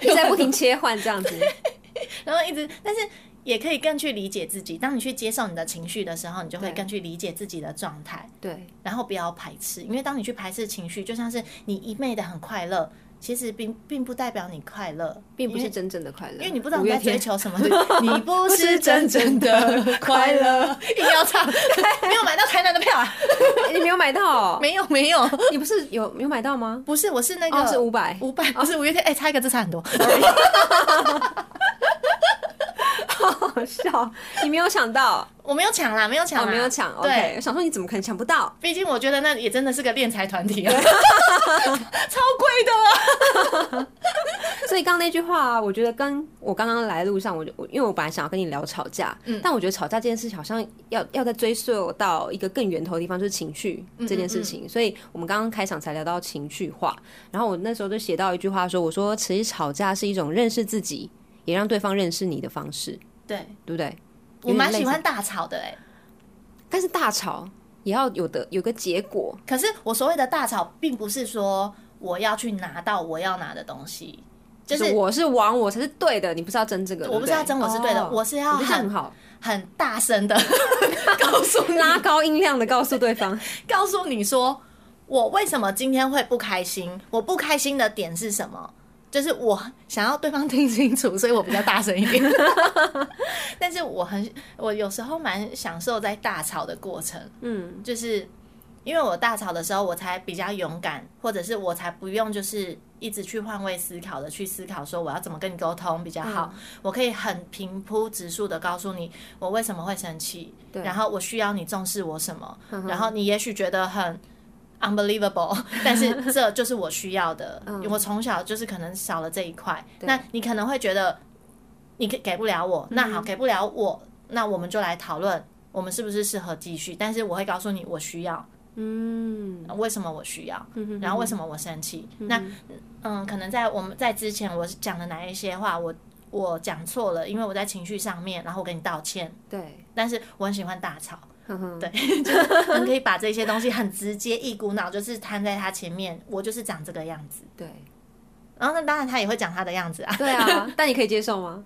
B: 一直在不停切换这样子。
A: 然后一直，但是也可以更去理解自己。当你去接受你的情绪的时候，你就会
B: 对
A: 更去理解自己的状态。
B: 对，
A: 然后不要排斥，因为当你去排斥情绪，就像是你一昧的很快乐，其实并并不代表你快乐，
B: 并不
A: 因
B: 是
A: 为。
B: 真正的快乐，因
A: 因为你不知道
B: 五
A: 你
B: 月
A: 在追
B: 天
A: 求 什么，对你不是真正的快乐，硬要唱， 没有买到台南的票啊？
B: 你没有买到、
A: 没有没有，
B: 你不是有有买到 吗？
A: 不是，我是那个
B: 哦是500
A: 五百，不是五月天，哎，差一个字差很多，
B: 好笑，你没有抢到，
A: 我没有抢啦，没有抢
B: 哦，
A: 啦，
B: 没有抢。OK，
A: 啊对，
B: 我想说你怎么可能抢不到？
A: 毕竟我觉得那也真的是个敛财团 体啊，超贵的啊，
B: 所以刚刚那句话啊，我觉得跟我刚刚来路上，我就我因为我本来想要跟你聊吵架，
A: 嗯
B: 但我觉得吵架这件事情好像要要再追溯到一个更源头的地方，就是情绪
A: 嗯
B: 这件事情。所以我们刚刚开场才聊到情绪化，然后我那时候就写到一句话说，我说其实吵架是一种认识自己，也让对方认识你的方式，
A: 对
B: 对不对？
A: 我蛮
B: 有点类似
A: 喜欢大吵的哎，
B: 但是大吵也要有的有个结果，
A: 可是我所谓的大吵，并不是说我要去拿到我要拿的东西，就是
B: 我是王，我才是对的，你不是要争这个，
A: 我不是要争我是对的
B: 哦
A: 我是要
B: 你这样
A: 很
B: 很好，
A: 很大声的 告诉你
B: 拉高音量的告诉对方，
A: 告诉你说，我为什么今天会不开心？我不开心的点是什么？就是我想要对方听清楚，所以我比较大声一点。 但是我很，我有时候蛮享受在大吵的过程，
B: 嗯，
A: 就是因为我大吵的时候，我才比较勇敢，或者是我才不用就是一直去换位思考的去思考说我要怎么跟你沟通比较好。我可以很平铺直述的告诉你我为什么会生气，然后我需要你重视我什么，然后你也许觉得很。unbelievable，但 是这就是我需要的。
B: 嗯
A: 因为我从小就是可能少了这一块，那你可能会觉得你给给不了我，
B: 嗯
A: 那好，给不了我，那我们就来讨论我们是不是适合继续。但是我会告诉你我需要，
B: 嗯，
A: 为什么我需要，然后为什么我生气。那嗯，可能在我们在之前我是讲的哪一些话，我我讲错了，因为我在情绪上面，然后我跟你道歉。
B: 对，嗯
A: 但是我很喜欢大吵，
B: 哼哼
A: 对， 就是很可以把这些东西很直接，一股脑就是摊在他前面，我就是长这个样子。
B: 对，
A: 然后那当然他也会讲他的样子啊，
B: 对啊，但你可以接受吗？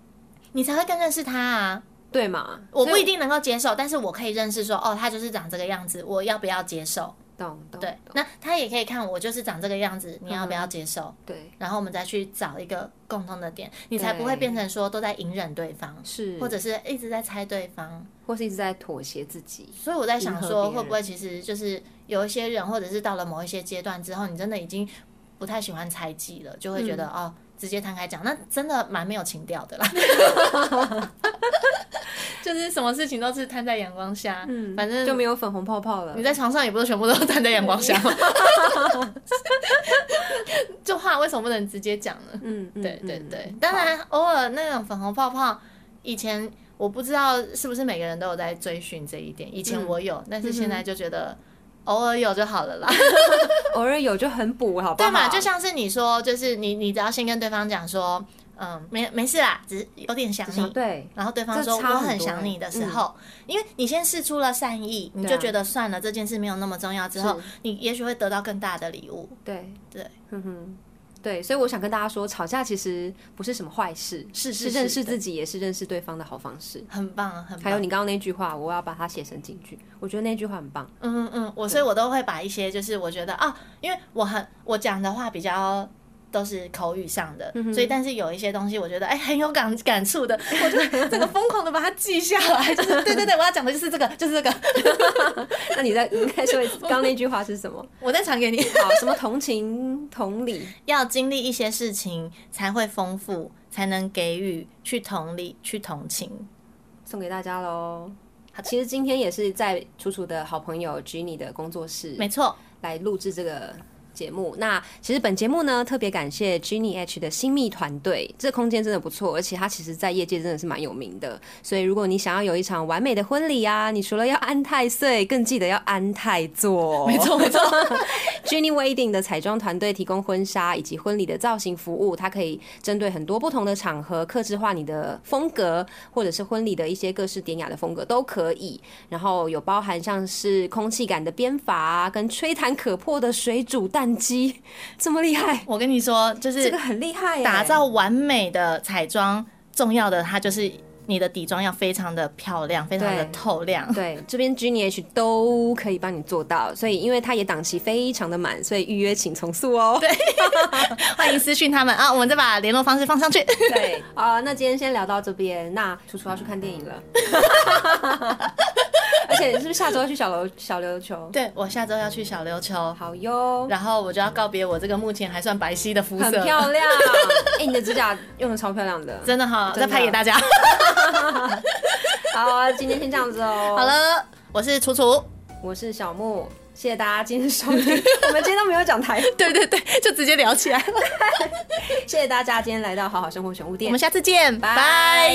A: 你才会更认识他啊。
B: 对嘛？
A: 我不
B: 所以
A: 一定能够接受，但是我可以认识说，哦，他就是长这个样子，我要不要接受？
B: 懂懂，嗯
A: 对，那他也可以看我就是长这个样子，你要不要接受？
B: 对，
A: 然后我们再去找一个共通的点，你才不会变成说都在隐忍对方，
B: 是，
A: 或者是一直在猜对方。
B: 或是一直在妥协自己，
A: 所以我在想
B: 迎合别
A: 说，
B: 人
A: 会不会其实就是有一些人，或者是到了某一些阶段之后，你真的已经不太喜欢猜忌了，就会觉得、哦，直接摊开讲，那真的蛮没有情调的啦。 就是什么事情都是摊在阳光下，嗯，反正
B: 就没有粉红泡泡了
A: 你。在床上也不是全部都站在阳光下吗？ 就话为什么不能直接讲呢？
B: 嗯，嗯
A: 对对
B: 嗯
A: 对，当然啊偶尔那种粉红泡泡，以前我不知道是不是每个人都有在追寻这一点，以前我
B: 嗯
A: 有，但是现在就觉得偶尔有就好了 啦，
B: 偶尔有就很补，好不好？
A: 对嘛？就像是你说，就是你你只要先跟对方讲说，嗯，没没事啦，只是有点想你，
B: 对，
A: 然后对方
B: 这
A: 说我
B: 差很
A: 很
B: 多
A: 想
B: 欸
A: 你的时候，因为你先试出了善意，你就觉得算了，这件事没有那么重要。之后
B: 是
A: 你也许会得到更大的礼物。
B: 对
A: 对，
B: 哼哼，对，所以我想跟大家说，吵架其实不是什么坏事，
A: 是是
B: 是
A: 是
B: 认识自己，也是认识对方的好方式。
A: 很棒，很棒。
B: 还有你刚刚那句话，我要把它写成警句，我觉得那句话很棒。
A: 嗯嗯嗯，我所以，我都会把一些就是我觉得啊，因为我很我讲的话比较都是口语上的，
B: 嗯
A: 所以但是有一些东西我觉得哎很有感感触 的，我就这个疯狂的把它记下来，就是对对对，我要讲的就是这个，就是这个，
B: 那你再你再 说一次，刚刚那句话是什么？
A: 我再传给你。
B: 好，什么同情同理，
A: 要经历一些事情才会丰富，才能给予去同理、去同情。
B: 送给大家喽。好，其实今天也是在楚楚的好朋友 Jenny 的工作室
A: 没错，
B: 来录制这个节目。那其实本节目呢，特别感谢 Jenny H 的新密团队，这空间真的不错，而且它其实在业界真的是蛮有名的。所以如果你想要有一场完美的婚礼啊，你除了要安太岁，更记得要安太座。没错，没错。Jenny Wedding 的彩妆团队提供婚纱以及婚礼的造型服务，它可以针对很多不同的场合，克制化你的风格，或者是婚礼的一些各式典雅的风格都可以。然后有包含像是空气感的编法啊，跟吹弹可破的水煮蛋机，这么厉害，
A: 我跟你说，就
B: 这
A: 是
B: 个很厉害耶、
A: 打造完美的彩妆，重要的它就是你的底妆要非常的漂亮，非常的
B: 对
A: 透亮。
B: 对，这边 G N H 都可以帮你做到，所以因为它也档期非常的满，所以预约请从速哦。对
A: 欢迎私讯他们啊，我们再把联络方式放上去。
B: 对， 啊、那今天先聊到这边，那楚楚要去看电影了， 而且你是不是下周要去小楼小琉 球？
A: 对我下周要去小琉球，
B: 好哟，
A: 然后我就要告别我这个目前还算白皙的肤
B: 很
A: 色，
B: 漂 亮，哎、你的指甲用的超漂亮的。
A: 真的哈，
B: 真
A: 再
B: 的
A: 拍给大家。
B: 好啊，今天先这样子哦。
A: 好了，我是楚楚，
B: 我是小木，谢谢大家今天收听。 我们今天都没有讲台语，
A: 对对对，就直接聊起来了。
B: 谢谢大家今天来到好好生活选物
A: 我
B: 店
A: 们。下次见，拜。